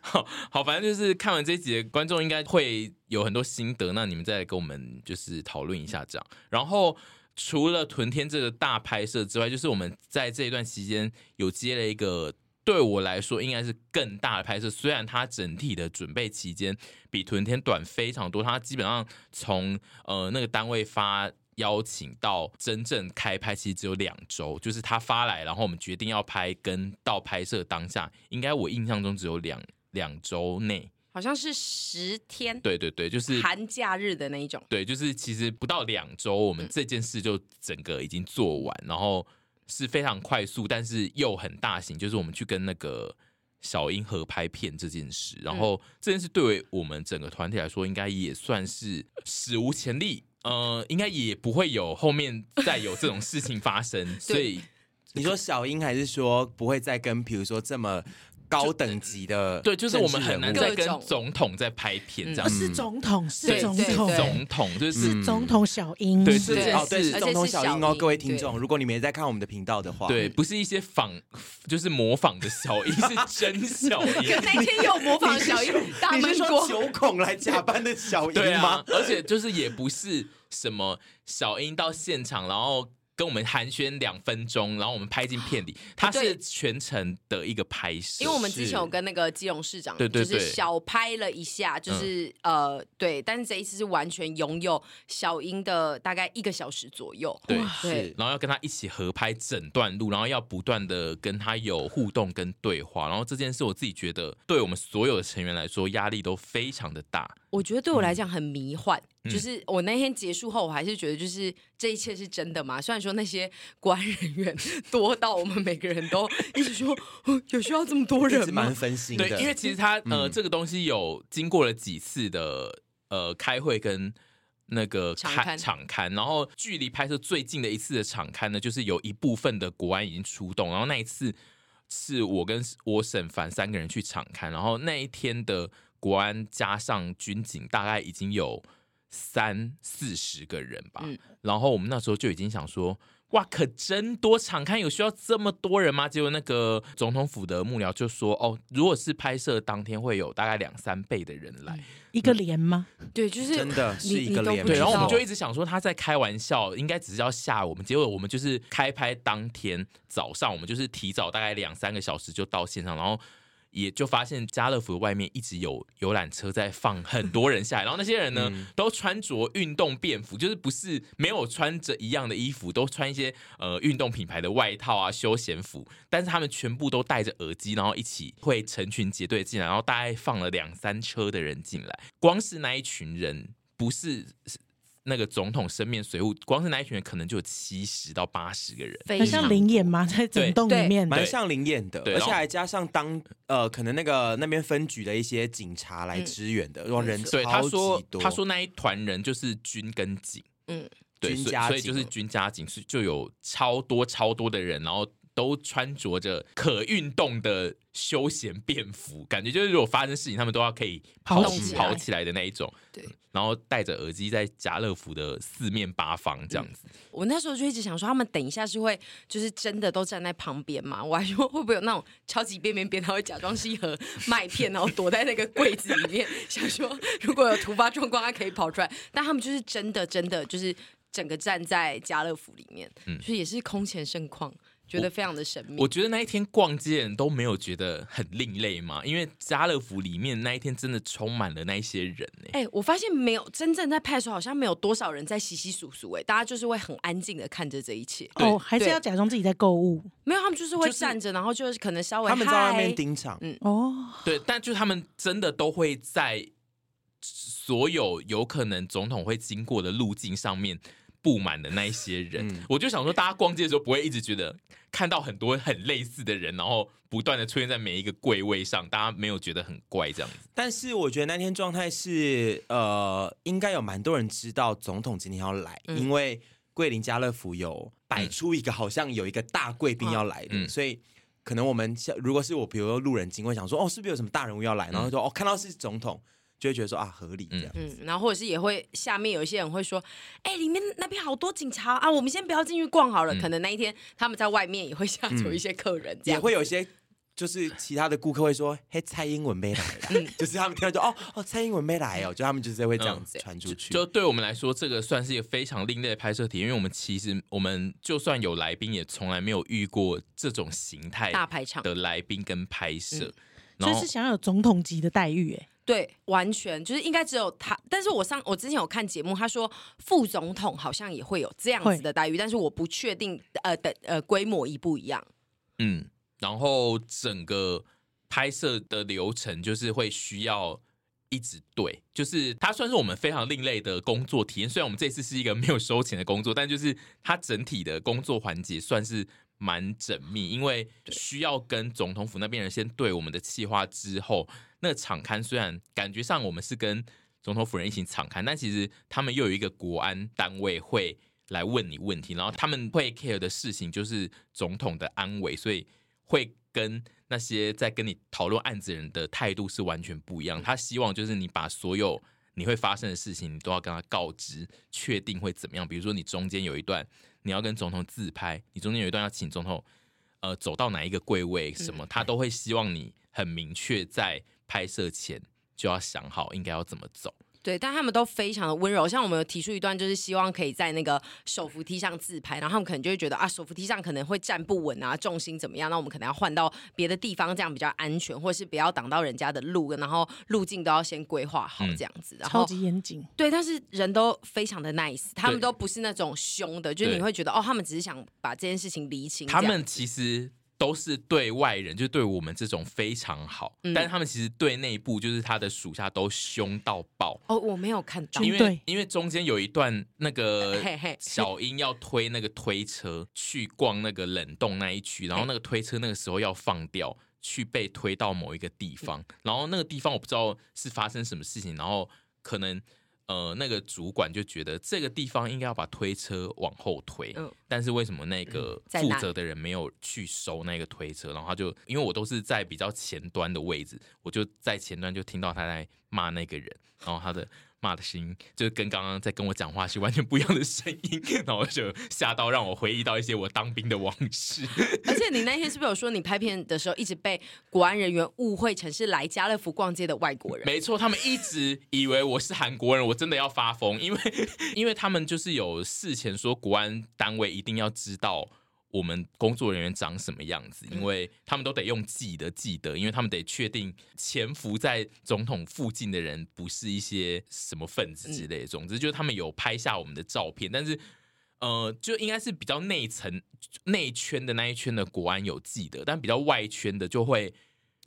C: 好， 好，反正就是看完这一集，观众应该会有很多心得，那你们再来跟我们就是讨论一下这样。然后除了屯天这个大拍摄之外，就是我们在这一段期间有接了一个。对我来说，应该是更大的拍摄。虽然它整体的准备期间比屯天短非常多，它基本上从呃那个单位发邀请到真正开拍，其实只有两周。就是他发来，然后我们决定要拍，跟到拍摄当下，应该我印象中只有两两周内。
B: 好像是十天，
C: 对对对，就是
B: 寒假日的那一种。
C: 对，就是其实不到两周，我们这件事就整个已经做完，然后是非常快速，但是又很大型，就是我们去跟那个小英合拍片这件事，然后这件事对我们整个团体来说，应该也算是史无前例，呃，应该也不会有后面再有这种事情发生，所以
E: 你说小英还是说不会再跟，比如说这么高等级的
C: 对，就是我们很难
E: 政治人物
C: 再
B: 各
C: 跟
B: 种
C: 总统在拍片这样
F: 哦
C: 子，
E: 嗯
F: 是总统， 是
B: 对
F: 总
B: 对
F: 统，
B: 对
C: 总统就是
F: 是总统小英，
C: 对是
B: 对
E: 哦，嗯对，
C: 而且
E: 是
B: 是
E: 总统小英
B: 小
E: 哦，
B: 英
E: 各位听众，如果你没在看我们的频道的话，
C: 对，不是一些仿，就是模仿的小英，是真小英
B: 可。那天有模仿小樱大
E: 你是
B: 闷
E: 说
B: 锅，
E: 九孔来假扮的小
C: 对
E: 英
C: 啊
E: 吗？，
C: 而且就是也不是什么小英到现场，然后跟我们寒暄两分钟，然后我们拍进片里，它是
B: 对
C: 全程的一个拍摄。
B: 因为我们之前有跟那个基隆市长，
C: 对对对
B: 就是小拍了一下，就是、
E: 嗯
B: 呃，对，但是这一次是完全拥有小英的大概一个小时左右，
C: 对
B: 对，
C: 然后要跟他一起合拍整段路，然后要不断的跟他有互动跟对话，然后这件事我自己觉得对我们所有的成员来说压力都非常的大。
B: 我觉得对我
E: 嗯
B: 来讲很迷幻，就是我那天结束后，我还是觉得就是这一切是真的吗？虽然说那些国安人 员多到我们每个人都一直说，哦有需要这么多
E: 一
B: 人
E: 直
B: 吗
E: 蛮？分心的，
C: 对，因为其实他呃，这个东西有经过了几次的呃开会跟那个
B: 场
C: 开
B: 刊
C: 场刊，然后距离拍摄最近的一次的场刊呢，就是有一部分的国安已经出动，然后那一次是我跟我沈凡三个人去场刊，然后那一天的国安加上军警，大概已经有三四十个人吧，
B: 嗯
C: 然后我们那时候就已经想说。哇，可真多！场刊有需要这么多人吗？结果那个总统府的幕僚就说：“哦，如果是拍摄当天会有大概两三倍的人来。
F: 一个连吗？
B: 对，就是
E: 真的
B: 你
E: 是一个
B: 你都
E: 脸哦
B: 不
C: 对，
B: 知
C: 然后我们
B: 道
C: 就一直想说他在开玩笑，应该只是要吓我们。结果我们就是开拍当天早上，我们就是提早大概两三个小时就到现场，然后也就发现家乐福的外面一直有游览车在放很多人下来，然后那些人呢、都穿着运动便服，就是不是没有穿着一样的衣服，都穿一些呃运动品牌的外套啊、休闲服，但是他们全部都戴着耳机，然后一起会成群结队进来，然后大概放了两三车的人进来，光是那一群人不是。那个总统身面随扈，光是那一群人可能就有七十到八十个人，
B: 非
F: 很像
B: 常
F: 灵眼嘛，在整栋里面
E: 蛮
C: 对
E: 像灵验的，
C: 对哦
E: 而且
C: 然后
E: 还加上当呃，可能那个那边分局的一些警察来
B: 嗯
E: 支援的，哇、人
C: 对，他
E: 超级
C: 说
E: 多。
C: 他说那一团人就是军跟警，
B: 嗯
C: 嗯，对，
E: 军
C: 所以
E: 加
C: 所以
E: 警哦
C: 就是军加警是就有超多超多的人，然后都穿着着可运动的休闲便服，感觉就是如果发生事情，他们都要可以
F: 跑
C: 跑
B: 起来
C: 跑起来的那一种，
B: 对。
C: 然后戴着耳机在家乐福的四面八方这样子，
B: 我那时候就一直想说，他们等一下是会就是真的都站在旁边嘛？我还说会不会有那种超级边边边，他会假装是一盒麦片，然后躲在那个柜子里面，想说如果有突发状况，他可以跑出来。但他们就是真的真的就是整个站在家乐福里面，
E: 嗯
B: 就是也是空前盛况，觉得非常的神秘
C: 我。觉得那一天逛街的人都没有觉得很另类嘛，因为家乐福里面那一天真的充满了那一些人欸呢、
B: 哎、我发现没有真正在派出所，好像没有多少人在稀稀疏疏，哎，大家就是会很安静的看着这一切，
F: 哦，还是要假装自己在购物
B: 没有他们就是会
C: 就是
B: 站着，然后就是可能稍微
E: 他们在外
B: 嗨
E: 面盯场，
F: 哦。
C: 对，但就是他们真的都会在所有有可能总统会经过的路径上面布满的那一些人。
E: 嗯
C: 我就想说，大家逛街的时候不会一直觉得看到很多很类似的人，然后不断的出现在每一个柜位上，大家没有觉得很怪这样子。
E: 但是我觉得那天状态是，呃，应该有蛮多人知道总统今天要来，
B: 嗯
E: 因为桂林家乐福有摆出一个好像有一个大贵宾要来的，
C: 嗯
E: 所以可能我们像如果是我，比如说路人经过，想说哦，是不是有什么大人物要来？
C: 嗯
E: 然后说哦，看到是总统，就会觉得说啊，合理这样。
B: 嗯，然后或者是也会下面有一些人会说，哎、里面那边好多警察啊，我们先不要进去逛好了。可能那一天他们在外面也会吓走一些客人，这
E: 嗯也
B: 样
E: 会有一些就是其他的顾客会说：“嘿，蔡英文没来
C: 嗯
E: 啦。” 就是他们听到就哦哦，蔡英文没来哦，就他们就是会这样子
B: 嗯
E: 传出去。
C: 就对我们来说，这个算是一个非常另类的拍摄体验，因为我们其实我们就算有来宾，也从来没有遇过这种形态
B: 大排场。
C: 的来宾跟拍摄。
F: 所
C: 然
F: 以
C: 后
F: 是想要有总统级的待遇，哎，
B: 对，完全就是应该只有他。但是我上我之前有看节目，他说副总统好像也会有这样子的待遇，但是我不确定呃的呃规模一不一样。
C: 嗯，然后整个拍摄的流程就是会需要一直对，就是它算是我们非常另类的工作体验。虽然我们这次是一个没有收钱的工作，但就是它整体的工作环节算是蛮缜密，因为需要跟总统府那边人先对我们的企划之后，那场刊虽然感觉上我们是跟总统府人一起场刊，但其实他们又有一个国安单位会来问你问题，然后他们会 care 的事情就是总统的安危，所以会跟那些在跟你讨论案子的人的态度是完全不一样。他希望就是你把所有你会发生的事情，你都要跟他告知，确定会怎么样。比如说你中间有一段你要跟总统自拍，你中间有一段要请总统呃走到哪一个柜位什么，他都会希望你很明确在拍摄前就要想好应该要怎么走。
B: 对，但他们都非常的温柔。像我们有提出一段，就是希望可以在那个手扶梯上自拍，然后他们可能就会觉得啊，手扶梯上可能会站不稳啊，重心怎么样？那我们可能要换到别的地方，这样比较安全，或是不要挡到人家的路，然后路径都要先规划好
C: 嗯
B: 这样子。然
F: 超
B: 后
F: 级严谨。
B: 对，但是人都非常的 nice，他们
C: 对
B: 都不是那种凶的，就是
C: 对
B: 你会觉得哦，他们只是想把这件事情厘清。
C: 他
B: 这样
C: 们其实都是对外人，就对我们这种非常好，
B: 嗯
C: 但是他们其实对内部就是他的属下都凶到爆。
B: 哦，我没有看到，
C: 因
F: 军
C: 为
F: 队
C: 因为中间有一段那个
B: 嘿 嘿
C: 小英要推那个推车去逛那个冷冻那一区，然后那个推车那个时候要放掉，去被推到某一个地
B: 嗯
C: 方，然后那个地方我不知道是发生什么事情，然后可能呃那个主管就觉得这个地方应该要把推车往后推，
B: 嗯
C: 但是为什么那个
B: 在
C: 负
B: 哪
C: 责的人没有去收那个推车？然后他就因为我都是在比较前端的位置，我就在前端就听到他在骂那个人，然后他的骂的声音就是跟刚刚在跟我讲话是完全不一样的声音， 然后就吓到让我回忆到一些我当兵的往事。
B: 而且你那天是不是有说你拍片的时候一直被国安人员误会成是来家乐福逛街的外国人？
C: 没错，他们一直以为我是韩国人，我真的要发 疯，因为因为他们就是有事前说国安单位一定要知道我们工作人员长什么样
B: 嗯
C: 子，因为他们都得用记的记得，因为他们得确定潜伏在总统附近的人不是一些什么分
B: 嗯
C: 子之类的。总之，就是他们有拍下我们的照片，但是。呃，就应该是比较内层内圈的那一圈的国安有记得，但比较外圈的就会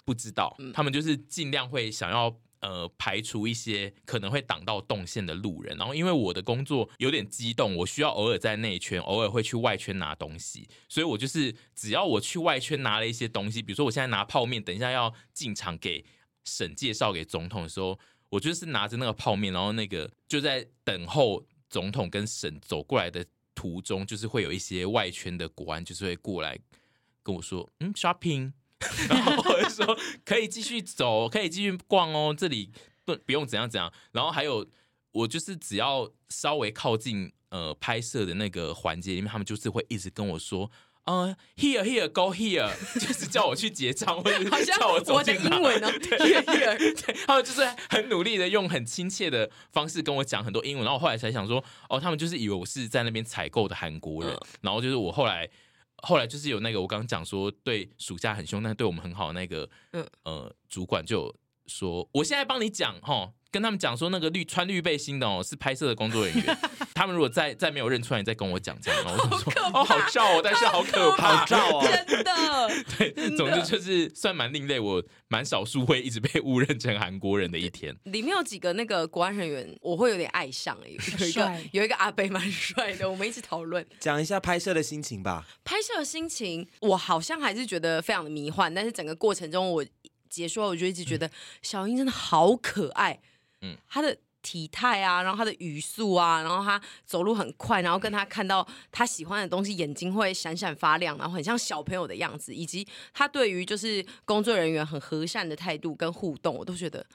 C: 不知道。他们就是尽量会想要呃排除一些可能会挡到动线的路人。然后因为我的工作有点激动，我需要偶尔在内圈，偶尔会去外圈拿东西，所以我就是只要我去外圈拿了一些东西，比如说我现在拿泡面，等一下要进场给省介绍给总统的时候，我就是拿着那个泡面，然后那个就在等候总统跟省走过来的。途中就是会有一些外圈的国安，就是会过来跟我说：“嗯，shopping。” 然后我就说：“可以继续走，可以继续逛哦，这里不不用怎样怎样。”然后还有我就是只要稍微靠近呃拍摄的那个环节里面，他们就是会一直跟我说。呃、uh,，here here go here，就是叫我去结账，或者
B: 好像
C: 叫我走
B: 我的
C: 进
B: 英
C: 来
B: 文哦，here here，
C: 对，他们就是很努力的用很亲切的方式跟我讲很多英文，然后我后来才想说，哦，他们就是以为我是在那边采购的韩国
B: 嗯
C: 人，然后就是我后来后来就是有那个我刚刚讲说对属下很凶，但对我们很好的那个，
B: 嗯
C: 呃，主管就有说，我现在帮你讲哈，跟他们讲说那个绿穿绿背心的哦是拍摄的工作人员， 他们如果再再没有认出来，你再跟我讲这样，然后我就说
B: 可怕
C: 哦好照哦，但是好可怕，
E: 好照哦
B: 真的，
C: 对，总之就是算蛮另类，我蛮少数会一直被误认成韩国人的一天。
B: 里面有几个那个国安人员，我会有点爱上哎、有一个
F: 帅
B: 有一个阿北蛮帅的，我们一直讨论
E: 讲一下拍摄的心情吧。
B: 拍摄的心情，我好像还是觉得非常的迷幻，但是整个过程中我结束后，我就一直觉得小英真的好可爱，嗯
C: 嗯，
B: 她的。体态啊，然后她的语速啊，然后她走路很快，然后跟她看到她喜欢的东西，眼睛会闪闪发亮，然后很像小朋友的样子，以及她对于就是工作人员很和善的态度跟互动，我都觉得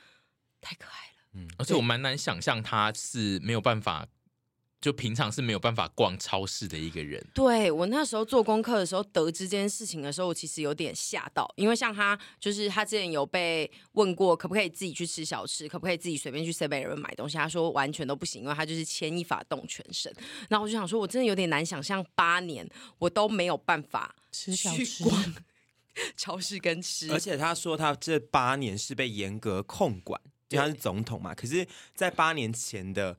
B: 太可爱了。
E: 嗯
C: 而且我蛮难想象他是没有办法，就平常是没有办法逛超市的一个人。
B: 对我那时候做功课的时候得知这件事情的时候，我其实有点吓到，因为像他就是他之前有被问过可不可以自己去吃小吃，可不可以自己随便去 Seven Eleven 买东西，他说完全都不行，因为他就是牵一发动全身。然后我就想说，我真的有点难想象八年我都没有办法
F: 吃 小
B: 去
F: 吃
B: 逛 超市跟吃，
E: 而且他说他这八年是被严格控管，因为他是总统嘛。可是，在八年前的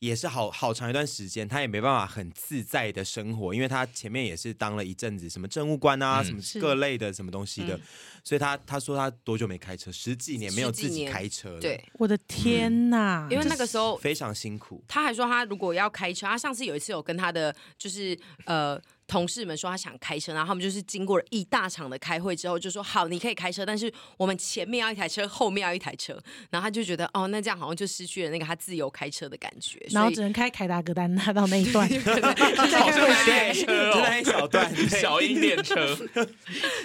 E: 也是好好长一段时间，他也没办法很自在的生活，因为他前面也是当了一阵子什么政务官啊，
C: 嗯
E: 什么
F: 是
E: 各类的什么东西的，
B: 嗯
E: 所以他他说他多久没开车，十几年没有自
B: 十几
E: 己
B: 年
E: 开车了，
B: 对，，
F: 我的天呐！
B: 嗯因为那个时候
E: 非常辛苦。
B: 他还说，他如果要开车，他上次有一次有跟他的就是呃同事们说他想开车，然后他们就是经过了一大场的开会之后，就说好，你可以开车，但是我们前面要一台车，后面要一台车，然后他就觉得哦，那这样好像就失去了那个他自由开车的感觉，
F: 然后
B: 所以
F: 只能开凯达格丹拉到那一段，
C: 好像
E: 对，
C: 是电
B: 哎
C: 车
E: 就那
C: 哦，
E: 一 小段，对
C: 小英电车，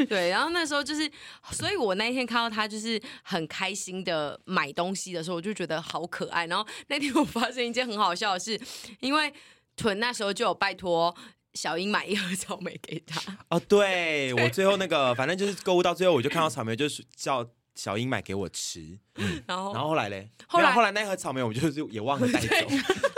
B: 对，然后那时候就是，所以我那一天看到他就是很开心的买东西的时候，我就觉得好可爱。然后那天我发生一件很好笑的事，因为屯那时候就有拜托小英买一盒草莓给他，
E: 哦，对我最后那个，反正就是购物到最后，我就看到草莓，就是叫小英买给我吃。
B: 然后
E: 然后后来嘞，
B: 哦后来
E: 没有后来那盒草莓我们就是也忘了带走，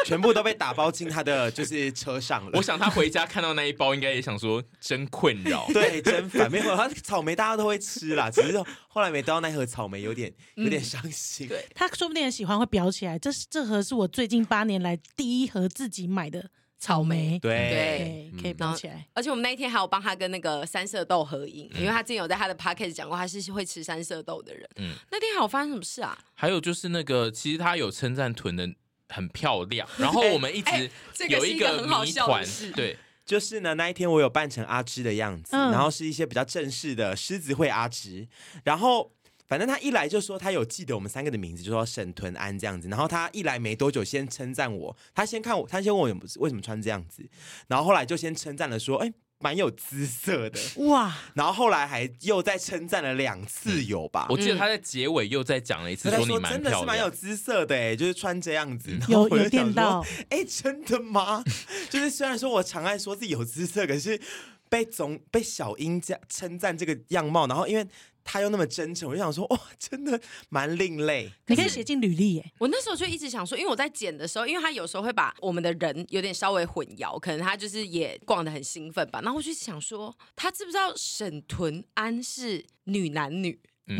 E: 全部都被打包进他的就是车上了。
C: 我想他回家看到那一包，应该也想说真困 扰。
E: 对，真烦，没有他草莓大家都会吃啦，只是后来没得到那盒草莓，有点有点伤心。
B: 对
F: 他说不定很喜欢会裱起来。这是这盒是我最近八年来第一盒自己买的草
E: 对
F: 莓，
B: 对嗯
F: 对，可以裱起来。
B: 而且我们那一天还有帮他跟那个三色豆合影，因为他之前有在他的 podcast 讲过，他是会吃三色豆的人。嗯
C: 嗯，
B: 那天还有发生什么事啊？
C: 还有就是那个，其实他有称赞臀的很漂 亮，然后我们一
B: 哎
C: 直
B: 这个
C: 有
B: 是一个
C: 个
B: 很好
C: 谜
B: 笑的
C: 团
B: 事，
C: 对，
E: 就是呢，那一天我有扮成阿芝的样子，
F: 嗯
E: 然后是一些比较正式的狮子会阿芝，然后。反正他一来就说他有记得我们三个的名字，就说沈屯安这样子。然后他一来没多久，先称赞我，他先看我，他先问我有为什么穿这样子，然后后来就先称赞了说，哎、蛮有姿色 的。
F: 哇，
E: 然后后来还又再称赞了两次有吧，
C: 嗯我
B: 嗯
C: 记得他在结尾又再讲了一次，
E: 他在
C: 你
E: 说
C: 蛮
E: 真的
C: 漂
E: 是蛮有
C: 亮。嗯
E: 姿色的哎，就是穿这样子，然后
F: 有
E: 我就
F: 有电
E: 想说
F: 到，
E: 哎，真的吗？就是虽然说我常爱说自己有姿色，可是。被总被小英这样称赞这个样貌，然后因为他又那么真诚，我就想说，哇，真的蛮另类。
F: 你可以写进履历耶。
B: 我那时候就一直想说，因为我在剪的时候，因为他有时候会把我们的人有点稍微混淆，可能他就是也逛的很兴奋吧。然后我就想说，他知不知道沈屯安是女男女？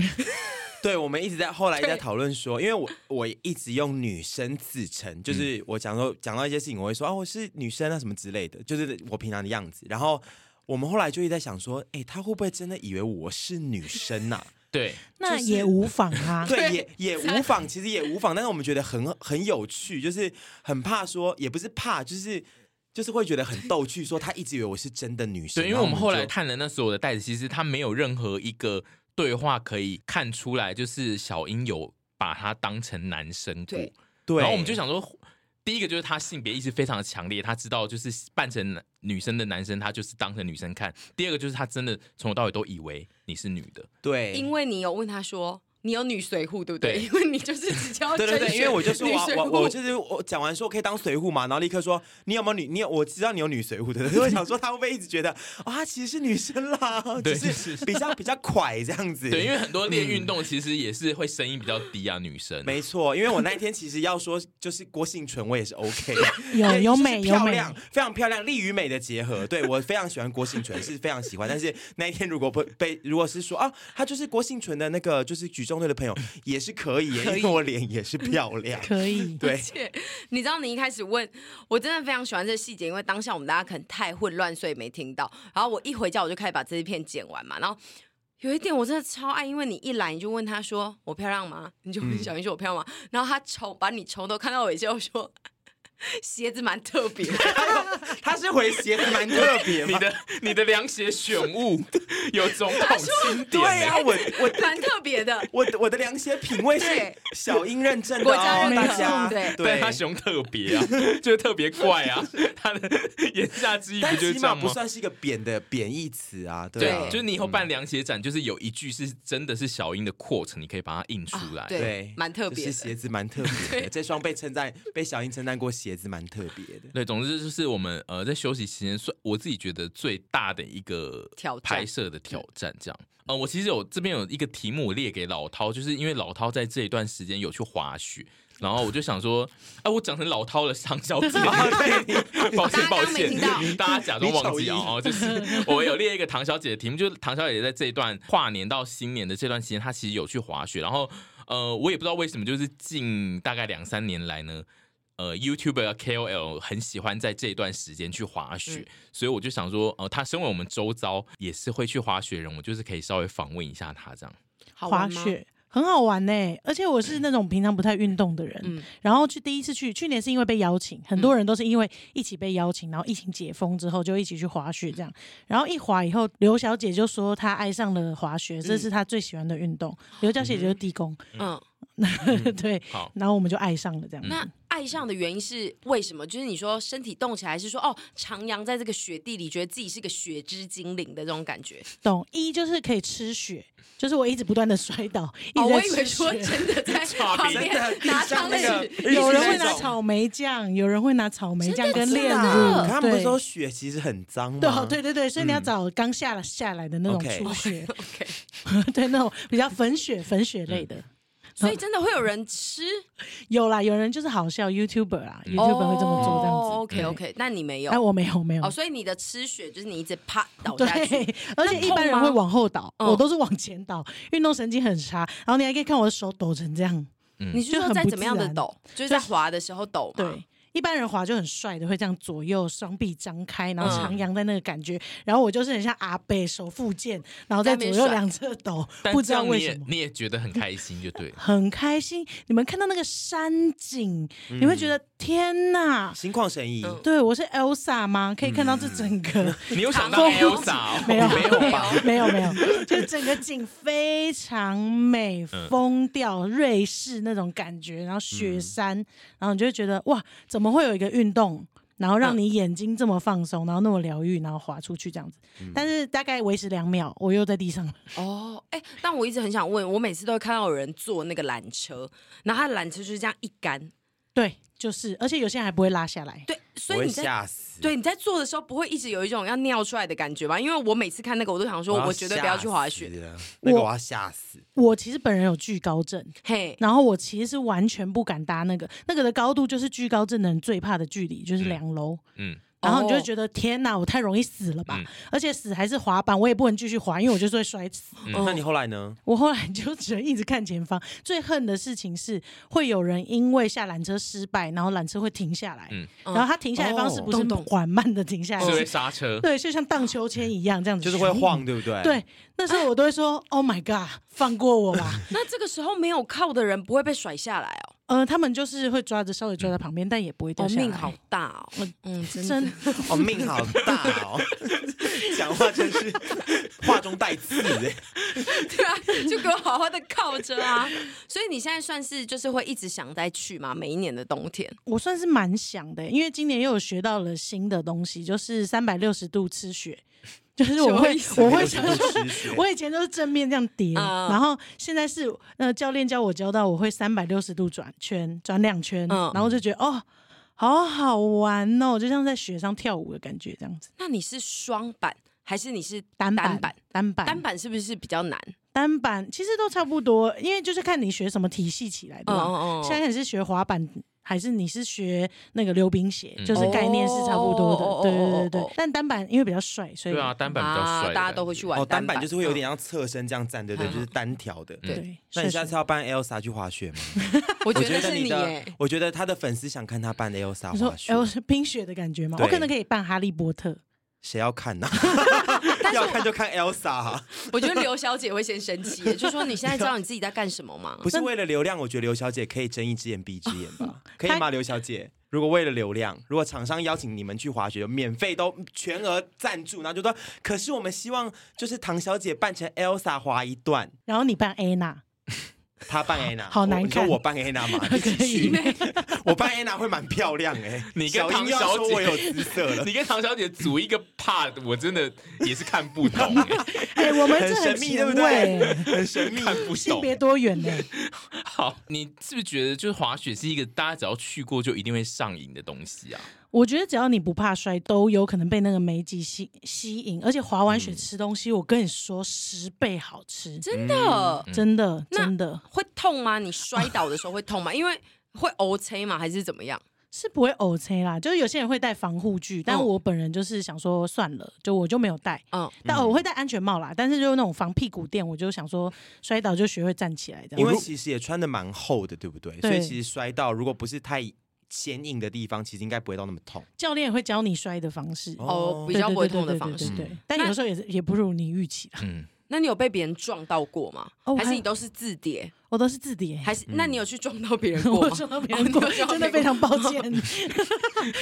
E: 对，我们一直在后来一直在
B: 对
E: 讨论说，因为我我一直用女生自称，就是我讲说讲到一些事情，我会说啊我是女生啊什么之类的，就是我平常的样子。然后我们后来就一直在想说，哎、他会不会真的以为我是女生啊呐、
C: 对，
F: 那也无妨 啊。
E: 对，也也无妨，其实也无妨，但是我们觉得很很有趣，就是很怕说，也不是怕，就是就是会觉得很逗趣，说他一直以为我是真的女生。
C: 对，因为
E: 然
C: 我们后来
E: 就
C: 看了那所有的袋子，其实他没有任何一个对话可以看出来，就是小英有把他当成男生过。
B: 对
E: 对，
C: 然后我们就想说，第一个就是他性别意识非常的强烈，他知道就是扮成男女生的男生，他就是当成女生看；第二个就是他真的从头到尾都以为你是女的，
E: 对，
B: 因为你有问他说你有女随护，对不对？
C: 对
B: 因为你就是直接要
E: 对对
B: 甄
E: 对，
B: 选
E: 因为我就说
B: 女
E: 我
B: 随
E: 我
B: 护
E: 我就是我讲完说可以当随护嘛，然后立刻说你有没有女你有我知道你有女随护的， 所以我想说他会不会一直觉得啊、她其实是女生啦，
C: 对
E: 就是比较比较快这样子。
C: 对，因为很多练运动其实也是会声音比较低啊，女生。
E: 没错，因为我那一天其实要说就是郭幸纯，我也是 OK，
F: 有
E: 对
F: 有
E: 就是
F: 美有
E: 漂
F: 美
E: 亮，非常漂亮，丽与美的结合。对我非常喜欢郭幸纯，是非常喜欢。但是那一天如果不被如果是说啊，她就是郭幸纯的那个就是举重队的朋友也是可以耶，因为我脸也是漂亮。
F: 可以，
E: 对，
B: 你知道你一开始问我真的非常喜欢这细节，因为当下我们大家可能太混乱，所以没听到。然后我一回家我就开始把这一片剪完嘛，然后。有一点我真的超爱，因为你一来你就问他说我漂亮吗？你就问小英说我漂亮吗？然后他从把你从头看到尾就说 鞋子蛮特别的，
E: 她是回鞋子蛮特别
C: 你
E: 嘛。
C: 的你的凉鞋选物有总统经典、
E: 对啊
C: 欸，
E: 呀、我我
B: 蛮特别的。
E: 我的我的凉鞋品味是
B: 对
E: 小英认证的、哦，
B: 国家认
F: 可
E: 大家
B: 对
C: 但
E: 对
C: 他。熊特别啊， 就是特别怪啊，他的言下之意不
E: 但
C: 就是
E: 起
C: 这
E: 码
C: 样
E: 不
C: 吗？
E: 算是一个贬的贬义词啊，对
C: 对
E: 啊，
C: 就是你以后办凉鞋展，就是有一句是真的是小英的 quote，你可以把它印出来。
B: 啊对
E: 对，
B: 蛮特别
E: 就
B: 的
E: 是鞋子蛮特别的，这双被称赞被小英称赞过，鞋子蛮特别 的。
C: 对，总之就是我们呃在休息期间，算我自己觉得最大的一个
B: 挑战
C: 拍摄的挑战，这样。呃，我其实有这边有一个题目，我列给老涛，就是因为老涛在这一段时间有去滑雪，然后我就想说，哎、我讲成老涛了，常小 姐，抱歉
B: 大家
C: 抱
B: 刚没
C: 歉
B: 听到，
C: 大家假装忘记
E: 你
C: 哦， 就是我有列一个唐小姐的题目，就是唐小姐在这一段跨年到新年的这段时间，她其实有去滑雪，然后呃，我也不知道为什么，就是近大概两三年来呢。呃，YouTuber 啊 KOL 很喜欢在这一段时间去滑雪，所以我就想说，呃，他身为我们周遭也是会去滑雪的人，我就是可以稍微访问一下他这样。
B: 好
F: 滑
B: 玩吗，
F: 雪很好玩呢、而且我是那种平常不太运动的人，
B: 嗯
F: 然后去第一次去，去年是因为被邀请，很多人都是因为一起被邀请，然后疫情解封之后就一起去滑
B: 嗯
F: 雪这样，然后一滑以后，刘小姐就说她爱上了滑雪，这是她最喜欢的运动。刘小姐就是地宫，
B: 嗯，
F: 对
C: 好，
F: 然后我们就爱上了这样。
B: 那爱上的原因是为什么？就是你说身体动起来，是说哦，徜徉在这个雪地里，觉得自己是个雪之精灵的这种感觉。
F: 懂一就是可以吃雪，就是我一直不断的摔倒，一
B: 哦，
F: 直在
B: 我以为
F: 吃雪。
B: 说真的 在旁边 拿汤
E: 真的
B: 匙
E: 地上，
F: 有人会
E: 那
F: 拿
E: 种
F: 草莓酱，有人会拿草莓酱跟炼乳，
E: 嗯可他们不
F: 嗯对
E: 是说雪其实很脏吗？
F: 对哦，对对对，所以你要找刚下了下来的那种
E: OK
F: 初雪，
B: 嗯 OK，
F: 对那种比较粉雪粉雪类
B: 嗯
F: 的。
B: 所
F: 嗯
B: 以真的会有人吃
F: 有啦，有人就是好笑 YouTuber 啦、y o u t u b e r 会这么做这样子。
B: 嗯哦
F: 嗯
B: OK OK，那你没有
F: 哎，我没有没有。
B: 哦，所以你的吃血就是你一直啪倒下去
F: 对，，而且一般人
B: 痛吗
F: 会往后倒，
B: 嗯
F: 我都是往前倒，运动神经很差。然后你还可以看我的手抖成这样，
B: 你是
F: 嗯就
B: 说
F: 很
B: 在
F: 不
B: 怎么样
F: 自
B: 的
F: 然
B: 抖？就是在滑的时候抖吗？
F: 对，一般人滑就很帅的，会这样左右双臂张开，然后
B: 嗯
F: 徜徉在那个感觉。然后我就是很像阿贝手附件，然后在
B: 在那
F: 左
B: 边
F: 右
B: 甩
F: 两侧抖，
C: 但
F: 不知
C: 这
F: 道
C: 样
F: 为
C: 你
F: 什
C: 也
F: 么。。
C: 你也觉得很开心，就对
F: 很开心。你们看到那个山景，你会觉得天哪！
E: 心旷神怡。
B: 嗯
F: 对我是 Elsa 吗？可以看到这整个、
C: 你有想
B: 长
C: 到
B: 风
C: Elsa？哦
F: 没有
B: 嗯没有吧
F: 没有没有，就是整个景非常美，风调瑞士那种感觉，然后雪山，
B: 嗯
F: 然后你就会觉得哇，怎么会有一个运动？然后
B: 嗯
F: 让你眼睛这么放松，然后那么疗愈，然后滑出去这样子，
B: 嗯
F: 但是大概维持两秒，我又在地上了。
B: 哦，哎，但我一直很想问，我每次都会看到有人坐那个缆车，然后他的缆车就是这样一杆，
F: 对，就是，而且有些人还不会拉下来。
B: 对，所
E: 我
B: 以
E: 会
B: 你在
E: 吓死。
B: 对，你在做的时候不会一直有一种要尿出来的感觉吧？因为我每次看那个，我都想说，我绝对不要去滑雪。
E: 了，那个我要吓死。
F: 我其实本人有惧高症，
B: 嘿，
F: 然后我其实是完全不敢搭那个，那个的高度就是惧高症的人最怕的距离，就是两楼。
C: 嗯，
F: 然后你就
B: 哦
F: 会觉得、天哪，我太容易死了吧！
C: 嗯
F: 而且死还是滑板，我也不能继续滑，因为我就是会摔死。
B: 哦
E: 那你后来呢？
F: 我后来就只能一直看前方。最恨的事情是，会有人因为下缆车失败，然后缆车会停下来，
C: 嗯
F: 然后他停下来的方式不
B: 哦
F: 是
B: 懂懂
F: 缓慢的停下 来，
C: 是会
F: 是
C: 刹车，
F: 对，就像荡秋千一样这样子，
E: 就是会晃，。对不对？
F: 对，那时候我都会说 “Oh my god”，放过我吧。
B: 那这个时候没有靠的人不会被甩下来哦，
F: 呃，他们就是会抓着，稍微抓
E: 嗯
F: 在旁边，但也不会掉
B: 哦，
F: 下来。呃
B: 命好大哦， 嗯，真的
F: 真
E: 哦，命好大 哦，讲话真是话中带刺哎。
B: 对啊，就给我好好的靠着啊。所以你现在算是就是会一直想再去嘛，每一年的冬天。
F: 我算是蛮想的，欸因为今年又有学到了新的东西，就是三百六十度吃雪，就是我会我会想
E: 360度吃雪
F: 我以前都是正面这样叠，
B: 嗯
F: 然后现在是呃教练教我教到我会三百六十度转圈，转两圈，
B: 嗯
F: 然后就觉得哦。好好玩哦，就像在雪上跳舞的感觉，这样子。
B: 那你是双板还是你是
F: 单板、
B: 单板？
F: 单板、
B: 单板是不是比较难？
F: 单板其实都差不多，因为就是看你学什么体系起来的
B: 嗯
F: 嘛。
C: 哦
B: 嗯
F: 现在你是学滑板，还是你是学那个溜冰鞋？
C: 嗯
F: 就是概念是差不多
B: 哦哦哦哦
F: 的，对对对
B: 哦哦
F: 对。但单板因为比较帅，所以
C: 对啊，单板比较帅的
B: 啊，
C: 感觉，
B: 大家都会去玩
E: 哦，单
B: 板，
E: 板就是会有点
B: 嗯。
E: 像侧身这样站，对不对？就是单条的。
F: 对。
E: 那
F: 帅
E: 你下
F: 帅
E: 次要扮 Elsa 去滑雪吗？
B: 我
E: 我
B: 觉得
E: 得
B: 是
E: 你
B: 你
E: 的
B: 耶，，
E: 我觉得他的粉丝想看他扮 Elsa
F: 你说
E: 滑雪
F: 哎，，我是冰雪的感觉吗？
E: 对
F: 我可能可以扮哈利波特。
E: 谁要看呢？要看就看 Elsa，啊
B: 我觉得刘小姐会先生气 耶，就说你现在知道你自己在干什么吗？
E: 不是为了流量，我觉得刘小姐可以睁一只眼闭一只眼吧？可以吗，刘小姐？如果为了流量，如果厂商邀请你们去滑雪，免费都全额赞助，然后就说，可是我们希望就是唐小姐扮成 Elsa 滑一段，
F: 然后你 扮 Anna，
E: 她扮 Anna，
F: 好难
E: 我你说
F: 看
E: 我扮 Anna 嘛，
F: 可以
E: 我扮 Anna 会蛮漂亮哎、
C: 你跟
E: 小
C: 唐
E: 英又要
C: 小
E: 说
C: 姐
E: 我有姿色了，
C: 你跟唐小姐组一个 part，我真的也是看不懂、欸，
F: 哎，我们
E: 很
F: 这
E: 神秘，对
F: 前
E: 不对？
F: 卫，
E: 很神秘。
C: 看不
F: 性
C: 懂。
F: 别多元呢。
C: 好，你是不是觉得就是滑雪是一个大家只要去过就一定会上瘾的东西啊？
F: 我觉得只要你不怕摔，都有可能被那个美景吸吸引。而且滑完雪吃东西，我跟你说十倍好吃，
B: 真
C: 嗯
B: 的
F: 真
E: 嗯
F: 的
B: 那
F: 真的
B: 会痛吗？你摔倒的时候会痛吗？因为会 O C 吗？还是怎么样？
F: 是不会 O C 啦，就是有些人会带防护具，但
B: 嗯
F: 我本人就是想说算了，就我就没有带。
B: 嗯，
F: 但哦我会戴安全帽啦，但是就是那种防屁股垫，我就想说摔倒就学会站起来这样。
E: 因为其实也穿的蛮厚的，对不对？所以
F: 对
E: 其实摔到如果不是太坚硬的地方，其实应该不会到那么痛。
F: 教练也会教你摔的方式，
B: 哦，比
F: 对
B: 较不会
F: 对对
B: 痛的
F: 对
B: 方式
F: 对。对对但有时候也是也不如你预期啦。
C: 嗯，
B: 那你有被别人撞到过吗
F: 哦？
B: 还是
F: 还
B: 你都是自跌？
F: 我都是自己耶，欸
B: 还是那你有去撞到 别人过
F: 我
B: 吗？
F: 撞到别人过
B: 哦你有撞，到
F: 真的
B: 别
F: 非
B: 人
F: 常抱歉。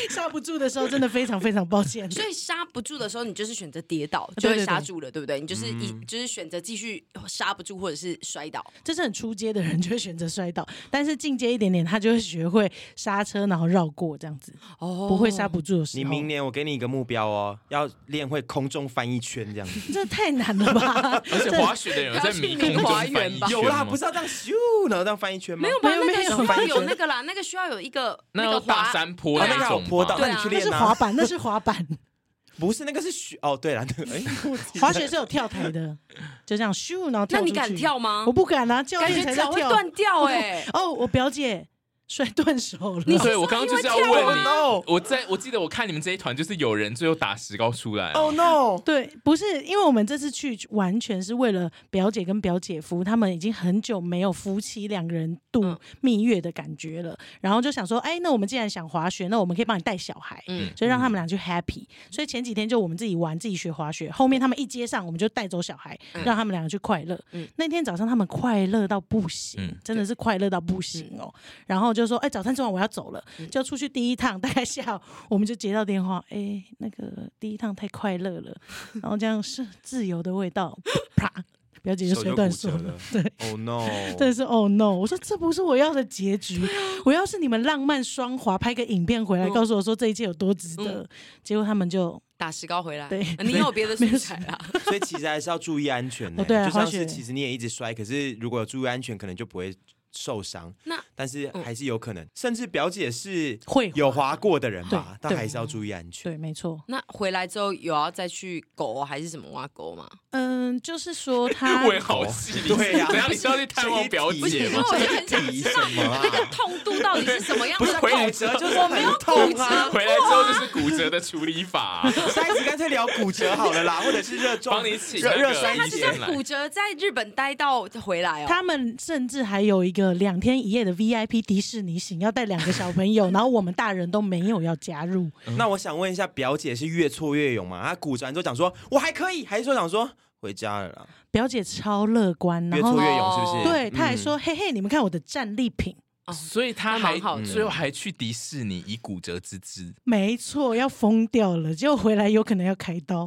F: 刹不住的时候，真的非常非常抱 歉。
B: 所以刹不住的时候，你就是选择跌倒，
F: 啊对
B: 就
F: 对
B: 会
F: 对嗯
B: 刹住了，对不对？你就是一就是选择继续刹不住，或者是摔倒。
F: 这是很出街的人就会选择摔倒，但是进阶一点点，他就会学会刹车，然后绕过这样子，
B: 哦
F: 不会刹不住的时候。
E: 你明年我给你一个目标哦，要练会空中翻一圈这样 子。
F: 这太难了吧？
C: 而且滑雪的人有在迷宫中翻一圈吗
E: 有啦，不是要这样咻，然后这样翻一圈吗？
B: 没有吧？
F: 没
B: 那
F: 有
B: 个需
F: 没
B: 要
E: 有
B: 有 那个啦，那个需要有一个
C: 那
B: 个
C: 要
B: 滑
C: 大山坡
E: 哦，
C: 那
E: 那个有
C: 种
E: 坡道，
C: 吧
B: 对
E: 那
B: 啊
E: 你 去
F: 那
E: 练
F: 是
E: 啊
F: 滑。板，那是 滑板，
E: 不是那个是雪哦，对了，那个哎， 我自己
F: 滑雪是有跳台的，就这样咻，然后
B: 那
F: 跳
B: 你
F: 出
B: 敢
F: 去
B: 跳吗
F: 我？不敢啊，教
B: 感
F: 练
B: 觉
F: 才在
B: 脚会
F: 跳。。
B: 断掉哎
F: 哦，我表姐摔断手了。
C: 对，我刚刚就是要问
B: 因为
C: 你
B: 跳
E: 啊，
C: 我在我记得我看你们这一团，就是有人最后打石膏出来、啊
E: ，Oh no！
F: 对，不是因为我们这次去完全是为了表姐跟表姐夫，他们已经很久没有夫妻两个人度
B: 嗯
F: 蜜月的感觉了，然后就想说，哎，那我们既然想滑雪，那我们可以帮你带小孩，
B: 嗯
F: 所以让他们俩去 happy。所以前几天就我们自己玩，自己学滑雪，后面他们一接上，我们就带走小孩，让他们俩去快乐。
B: 嗯
F: 那天早上他们快乐到不行，
C: 嗯
F: 真的是快乐到不行哦。然后就说，哎，早餐吃完我要走了，就出去第一趟，大概下午我们就接到电话，哎，那个第一趟太快乐了，然后这样是自由的味道，啪，表姐就
E: 手
F: 摔
E: 就
F: 断
E: 骨
F: 手
E: 折
F: 了
E: 了，
F: 对。
E: ，Oh no！
F: 真的是 Oh no！我说这不是我要的结局，我要是你们浪漫双滑拍个影片回来，
B: 啊嗯
F: 告诉我说这一切有多值得，结果他们就
B: 打石膏回来，
F: 对
B: 你有别 的素材啊啦。
E: 所以其实还是要注意安全的。
F: 哦对啊
E: 就像
F: 滑
E: 是
F: 雪
E: 其实你也一直摔，可是如果有注意安全，可能就不会受伤，
B: 那
E: 但是还是有可能，甚至表姐是
F: 会
E: 有滑过的人吧，
F: 对
E: 但
F: 对
E: 还是要注意安全。
F: 对，没错。
B: 那回来之后有要再去狗啊还是什么挖沟吗？
F: 嗯，就是 说他
C: 我也好细，
E: 对啊呀
C: 怎样？你是要去探望表姐吗？
B: 我就很想知道
C: 啊
B: 那个痛度到底是什么样
E: 不
B: 的
E: 是
B: 痛
E: 回来之后就是
B: 我没有
E: 很
B: 骨
E: 痛啊
B: 折，
C: 回来之后就是骨折的处理法，啊
E: 下一次干脆聊骨折好了啦，或者是热撞，
C: 帮你请
E: 热
C: 那个
E: 热摔
B: 他
E: 一
B: 是
E: 些
B: 在。骨折在日本待到回来哦。
F: 他们甚至还有一个两天一夜的 VIP 迪士尼行，要带两个小 朋友，然后我们大人都没有要加入。
E: 那我想问一下，表姐是越挫越勇嘛？她骨折完之后讲说，我还可以，还是说讲说回家了啦？
F: 表姐超乐观，然
E: 越
F: 后
E: 挫越勇是不是？
F: 对，她还
E: 嗯
F: 说：“嘿嘿，你们看我的战利品，
C: 所以他
B: 哦那
C: 还
B: 蛮好的
C: 最后还去迪士尼以骨折之姿，
F: 没错，要疯掉了，结果回来有可能要开刀。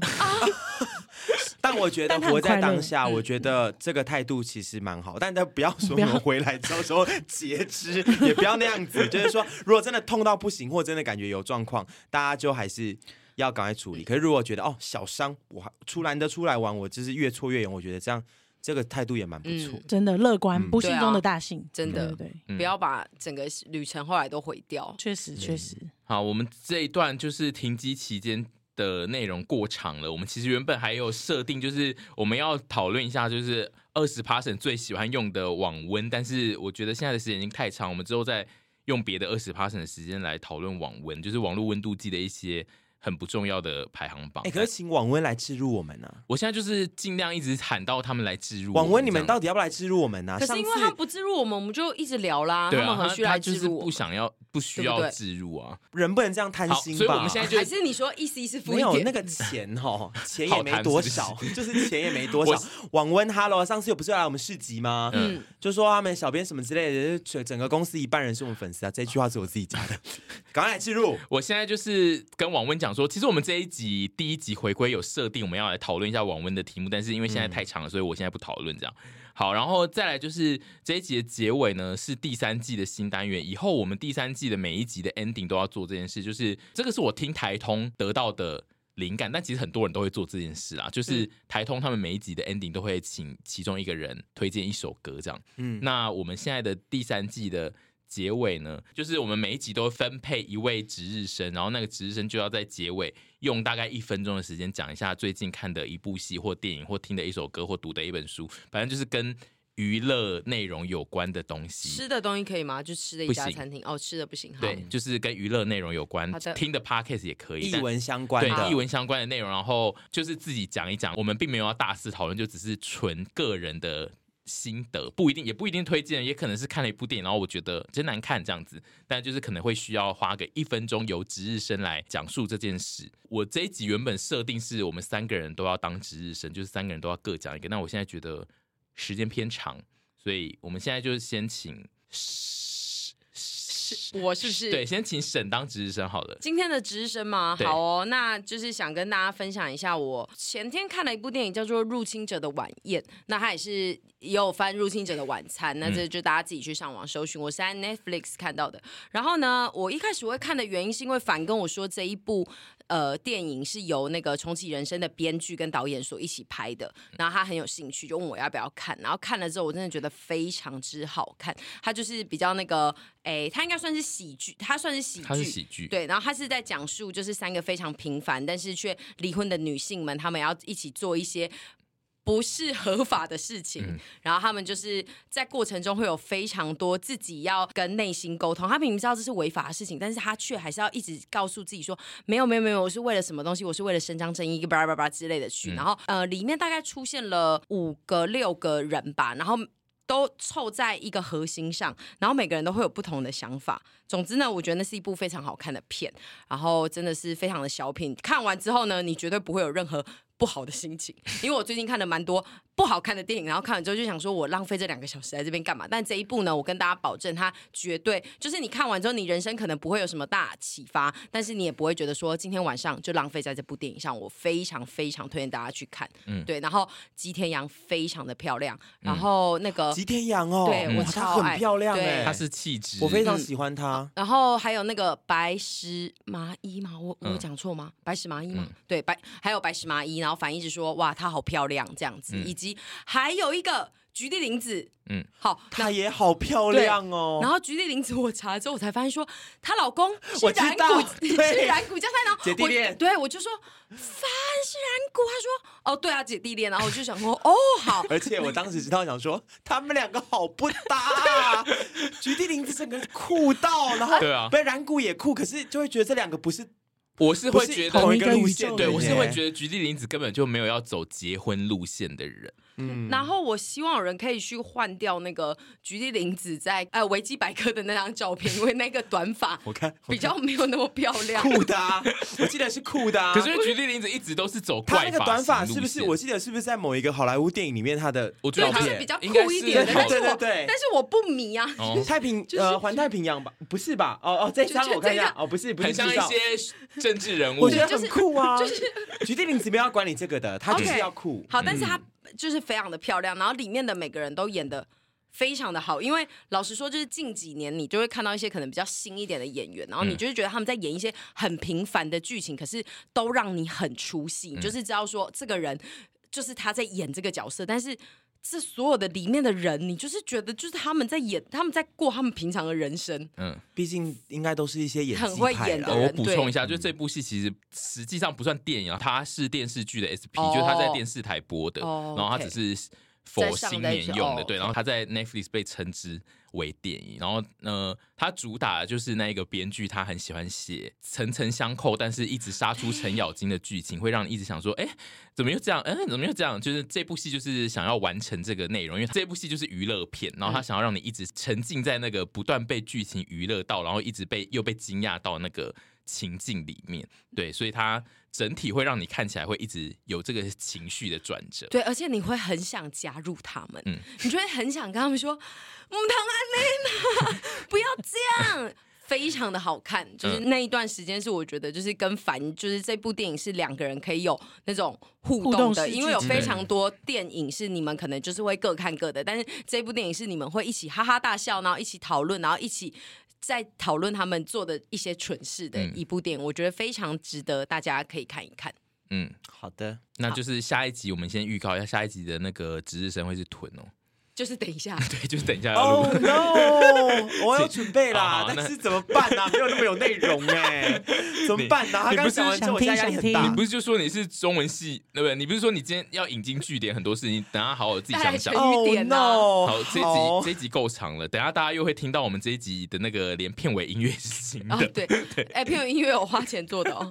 E: 但我觉得
F: 但他很
E: 活在
F: 快乐嗯
E: 当下，我觉得这个态度其实蛮好。但他不要说
F: 不要
E: 我回来之后说截肢，也不要那样子。就是 说，如果真的痛到不行，或真的感觉有状况，大家就还是要赶快处理。可是如果觉得哦小伤，我还出来的出来玩，我就是越挫越勇。我觉得这样这个态度也蛮不错。
F: 真的乐
E: 嗯
F: 观，不幸
B: 对啊
F: 中的大幸，
B: 真的
F: 对对对，
C: 嗯
B: 不要把整个旅程后来都毁掉。
F: 确实确实，
C: 好，我们这一段就是停机期间的内容过长了。我们其实原本还有设定，就是我们要讨论一下，就是二十 person 最喜欢用的网温，但是我觉得现在的时间已经太长，我们之后再用别的二十 person 的时间来讨论网温，就是网络温度计的一些很不重要的排行榜。
E: 哎、可是请网温来置入我们啊！
C: 我现在就是尽量一直喊到他们来置入
E: 网温，你们
C: 到。
E: 到底要不要来置入我们啊？
B: 可是
E: 上
B: 因
E: 次
B: 为他不置入我们，我们就一直聊啦。
C: 对
B: 他
C: 啊，
B: 们何
C: 他
B: 须
C: 他
B: 来
C: 就
B: 置
C: 是
B: 入我
C: 不
B: 们？
C: 想要，不需
B: 对不
C: 要
B: 对
C: 置入啊。
E: 人不能这样贪
C: 好，
E: 心吧？
C: 所以我们现在就
B: 还是你说一丝一丝付
E: 没
B: 一
E: 有
B: 点？
E: 那个钱 哈，钱
C: 好
E: 也没
C: 谈
E: 多
C: 是不是
E: 少，就是钱也没多少。网温哈喽，上次有不是有来我们市集吗？
C: 嗯
E: 嗯，就说他们小编什么之类的，就是整个公司一半人是我们粉丝啊。这句话是我自己加 的，赶快来记录。
C: 我现在就是跟网温讲说，其实我们这一集第一集回归有设定，我们要来讨论一下网温的题目，但是因为现在太长了，所以我现在不讨论这样。好，然后再来就是这一集的结尾呢，是第三季的新单元。以后我们第三季的每一集的 ending 都要做这件事，就是这个是我听台通得到的灵感，但其实很多人都会做这件事啦。
B: 嗯
C: 就是台通他们每一集的 ending 都会请其中一个人推荐一首歌这样。
E: 嗯，
C: 那我们现在的第三季的结尾呢，就是我们每一集都分配一位值日生，然后那个值日生就要在结尾用大概一分钟的时间讲一下最近看的一部戏或电影或听的一首歌或读的一本书，反正就是跟娱乐内容有关的东西。
B: 吃的东西可以吗？就吃的一家
C: 不行
B: 餐厅哦，吃的不行。好
C: 对，就是跟娱乐内容有关
B: 好，的
C: 听的 podcast 也可以。
E: 译
C: 但
E: 文相关
C: 对
E: 的，
C: 译文相关的内容，然后就是自己讲一讲，我们并没有要大肆讨论，就只是纯个人的心得，不一定也不一定推荐，也可能是看了一部电影，然后我觉得真难看这样子，但就是可能会需要花个一分钟由值日生来讲述这件事。我这一集原本设定是我们三个人都要当值日生，就是三个人都要各讲一个，那我现在觉得时间偏长，所以我们现在就是先请。
B: 我是不是
C: 对，先请沈当值日生好了。
B: 今天的值日生嘛，
C: 对
B: 好哦，那就是想跟大家分享一下，我前天看了一部电影叫做《入侵者的晚宴》，那它也是也有翻《入侵者的晚餐》，
C: 嗯
B: 那这就大家自己去上网搜寻，我是在 Netflix 看到的。然后呢，我一开始会看的原因是因为反跟我说这一部呃电影是由那个重启人生的编剧跟导演所一起拍的，然后他很有兴趣，就问我要不要看，然后看了之后我真的觉得非常之好看，它就是比较那个，哎，它应该算是喜剧，它算是喜剧，
C: 它是喜剧
B: 对，然后他是在讲述就是三个非常平凡但是却离婚的女性们，她们要一起做一些。不是合法的事情，然后他们就是在过程中会有非常多自己要跟内心沟通。他明明知道这是违法的事情，但是他却还是要一直告诉自己说：“没有，没有，没有，我是为了什么东西？我是为了伸张正义，巴拉巴拉巴拉之类的去。然后呃，里面大概出现了五个六个人吧，然后都凑在一个核心上，然后每个人都会有不同的想法。总之呢，我觉得那是一部非常好看的片，然后真的是非常的小品。看完之后呢，你绝对不会有任何不好的心情，因为我最近看了蛮多不好看的电影，然后看完之后就想说，我浪费这两个小时在这边干嘛？但这一部呢，我跟大家保证，它绝对就是你看完之后，你人生可能不会有什么大启发，但是你也不会觉得说今天晚上就浪费在这部电影上。我非常非常推荐大家去看，嗯，对。然后吉田羊非常的漂亮，然后那个
E: 吉天阳哦，
B: 对我
E: 哇她
B: 超爱
E: 很漂亮
B: 对嗯哦
E: 哎，
C: 它嗯是气质，
E: 我非常喜欢她。
B: 然后还有那
E: 嗯
B: 个白石麻衣嘛，我我有讲错吗？白石麻衣嘛，对，白还有白石麻衣，然后反一直说哇她好漂亮这样子，
E: 嗯
B: 以及还有一个菊地凛子，嗯
C: 嗯，
B: 好，
E: 她也好漂亮哦。
B: 然后菊地凛子，我查了之后，我才发现说她老公是
E: 我知
B: 染
E: 道
B: 谷，
E: 对
B: 是染谷将太，然后
E: 姐弟
B: 我
E: 恋
B: 对我就说凡是染谷，他说哦对啊姐弟恋，然后我就想说哦好，
E: 而且我当时知道，想说他们两个好不 搭、啊，菊地林子整个酷到，然后
C: 对啊
E: 被染谷也酷，可是就会觉得这两个不是
C: 我是
E: 不
C: 会
E: 是
C: 觉
E: 同
C: 得
E: 一。个路线的
C: 对，
E: 耶，
C: 我是会觉得菊地凛子根本就没有要走结婚路线的人，
E: 嗯
B: 然后我希望有人可以去换掉那个菊地凛子在呃维基百科的那张照片，因为那个短发
E: 我看
B: 比较没有那么漂亮。
E: 酷的、啊，我记得是酷的、啊。
C: 可是因为菊地凛子一直都是走
E: 他
C: 怪
E: 那个短发
C: 型
E: 是
C: 路
E: 不是？
C: 线
E: 我记得是不是在某一个好莱坞电影里面他的
C: 我觉
B: 对，
E: 照
C: 得
B: 他
C: 她
B: 是
E: 片
B: 比较
C: 应该
B: 酷一
C: 是
B: 点的，但是
E: 对对
B: 我
E: 对
B: 但是我不迷啊，
C: 哦
E: 太平
B: 就是
E: 呃环太平洋吧？不是吧？哦哦，这一张
B: 就
E: 我看一
B: 这
E: 下
B: 一，张
E: 哦不 是不是
C: 很像
E: 这
C: 一
E: 张
C: 些政治人物
E: 我觉。得
B: 就是
E: 很酷啊。
B: 就是
E: 菊地林子没有要管你这个的，他就是
B: OK
E: 要酷。
B: 好，但是她就是非常的漂亮，然后里面的每个人都演的。非常的好，因为老实说，就是近几年你就会看到一些可能比较新一点的演员，然后你就是觉得他们在演一些很平凡的剧情，可是都让你很出戏，你就是知道说这个人就是他在演这个角色，但是这所有的里面的人，你就是觉得就是他们在演，他们在过他们平常的人生，
C: 嗯，
E: 毕竟应该都是一些演技
B: 很会
E: 派
B: 演
E: 啦
B: 的
C: 哦
B: 人
C: 我补充一下，就这
B: 嗯
C: 部戏其实实际上不算电影啊，它是电视剧的 SP，、
B: 哦
C: 就是它在电视台播的，
B: 哦
C: 然后它
B: OK
C: 只是。佛
B: 在上
C: 新
B: 在
C: 年
B: 去
C: 用的，
B: 哦
C: 对，然后它在 Netflix 被称之为电影，然后呃，它主打的就是那一个编剧，他很喜欢写层层相扣，但是一直杀出程咬金的剧情，会让你一直想说，哎，怎么又这样？哎，怎么又这样？就是这部戏就是想要完成这个内容，因为这部戏就是娱乐片，然后他想要让你一直沉浸在那个不断被剧情娱乐到，然后一直被又被惊讶到那个情境里面，对，所以它整体会让你看起来会一直有这个情绪的转折。
B: 对，而且你会很想加入他们，
C: 嗯
B: 你就会很想跟他们说：“ 唔唐安内娜， 不要这样。”非常的好看，就是
C: 嗯
B: 那一段时间是我觉得就是跟凡，就是这部电影是两个人可以有那种互
F: 互
B: 动
F: 动
B: 的，
F: 式
B: 因为有
F: 剧情
B: 非常多电影是你们可能就是会各看各的，但是这部电影是你们会一起哈哈大笑，然后一起讨论，然后一起。在讨论他们做的一些蠢事的
C: 嗯
B: 一部电影，我觉得非常值得大家可以看一看。
C: 嗯，
E: 好的，
C: 那就是下一集我们先预告一下，下一集的那个值日生会是屯哦。
B: 就是等一下，
C: 对，就是等一下要录。
E: Oh no！我有
C: 有
E: 准备
C: 啦
E: 啦，
C: 那
E: 但是怎么办呢、没有那么有内容哎、怎么办呢、啊他
C: 你
E: 刚
C: 不
E: 讲完之后，我现在压力很
F: 想
E: 大
C: 你。不是就说你是中文系，对不对？你不是说你今天要引经据典很多事情，等下好好自己想想
B: 大。家
E: Oh
B: 一点啊
E: no！
C: 好，这一集这一集够长了，等下大家又会听到我们这一集的那个连片尾音乐是新
B: 啊
C: 的。，
B: 对，哎，片尾音乐我花钱做的哦。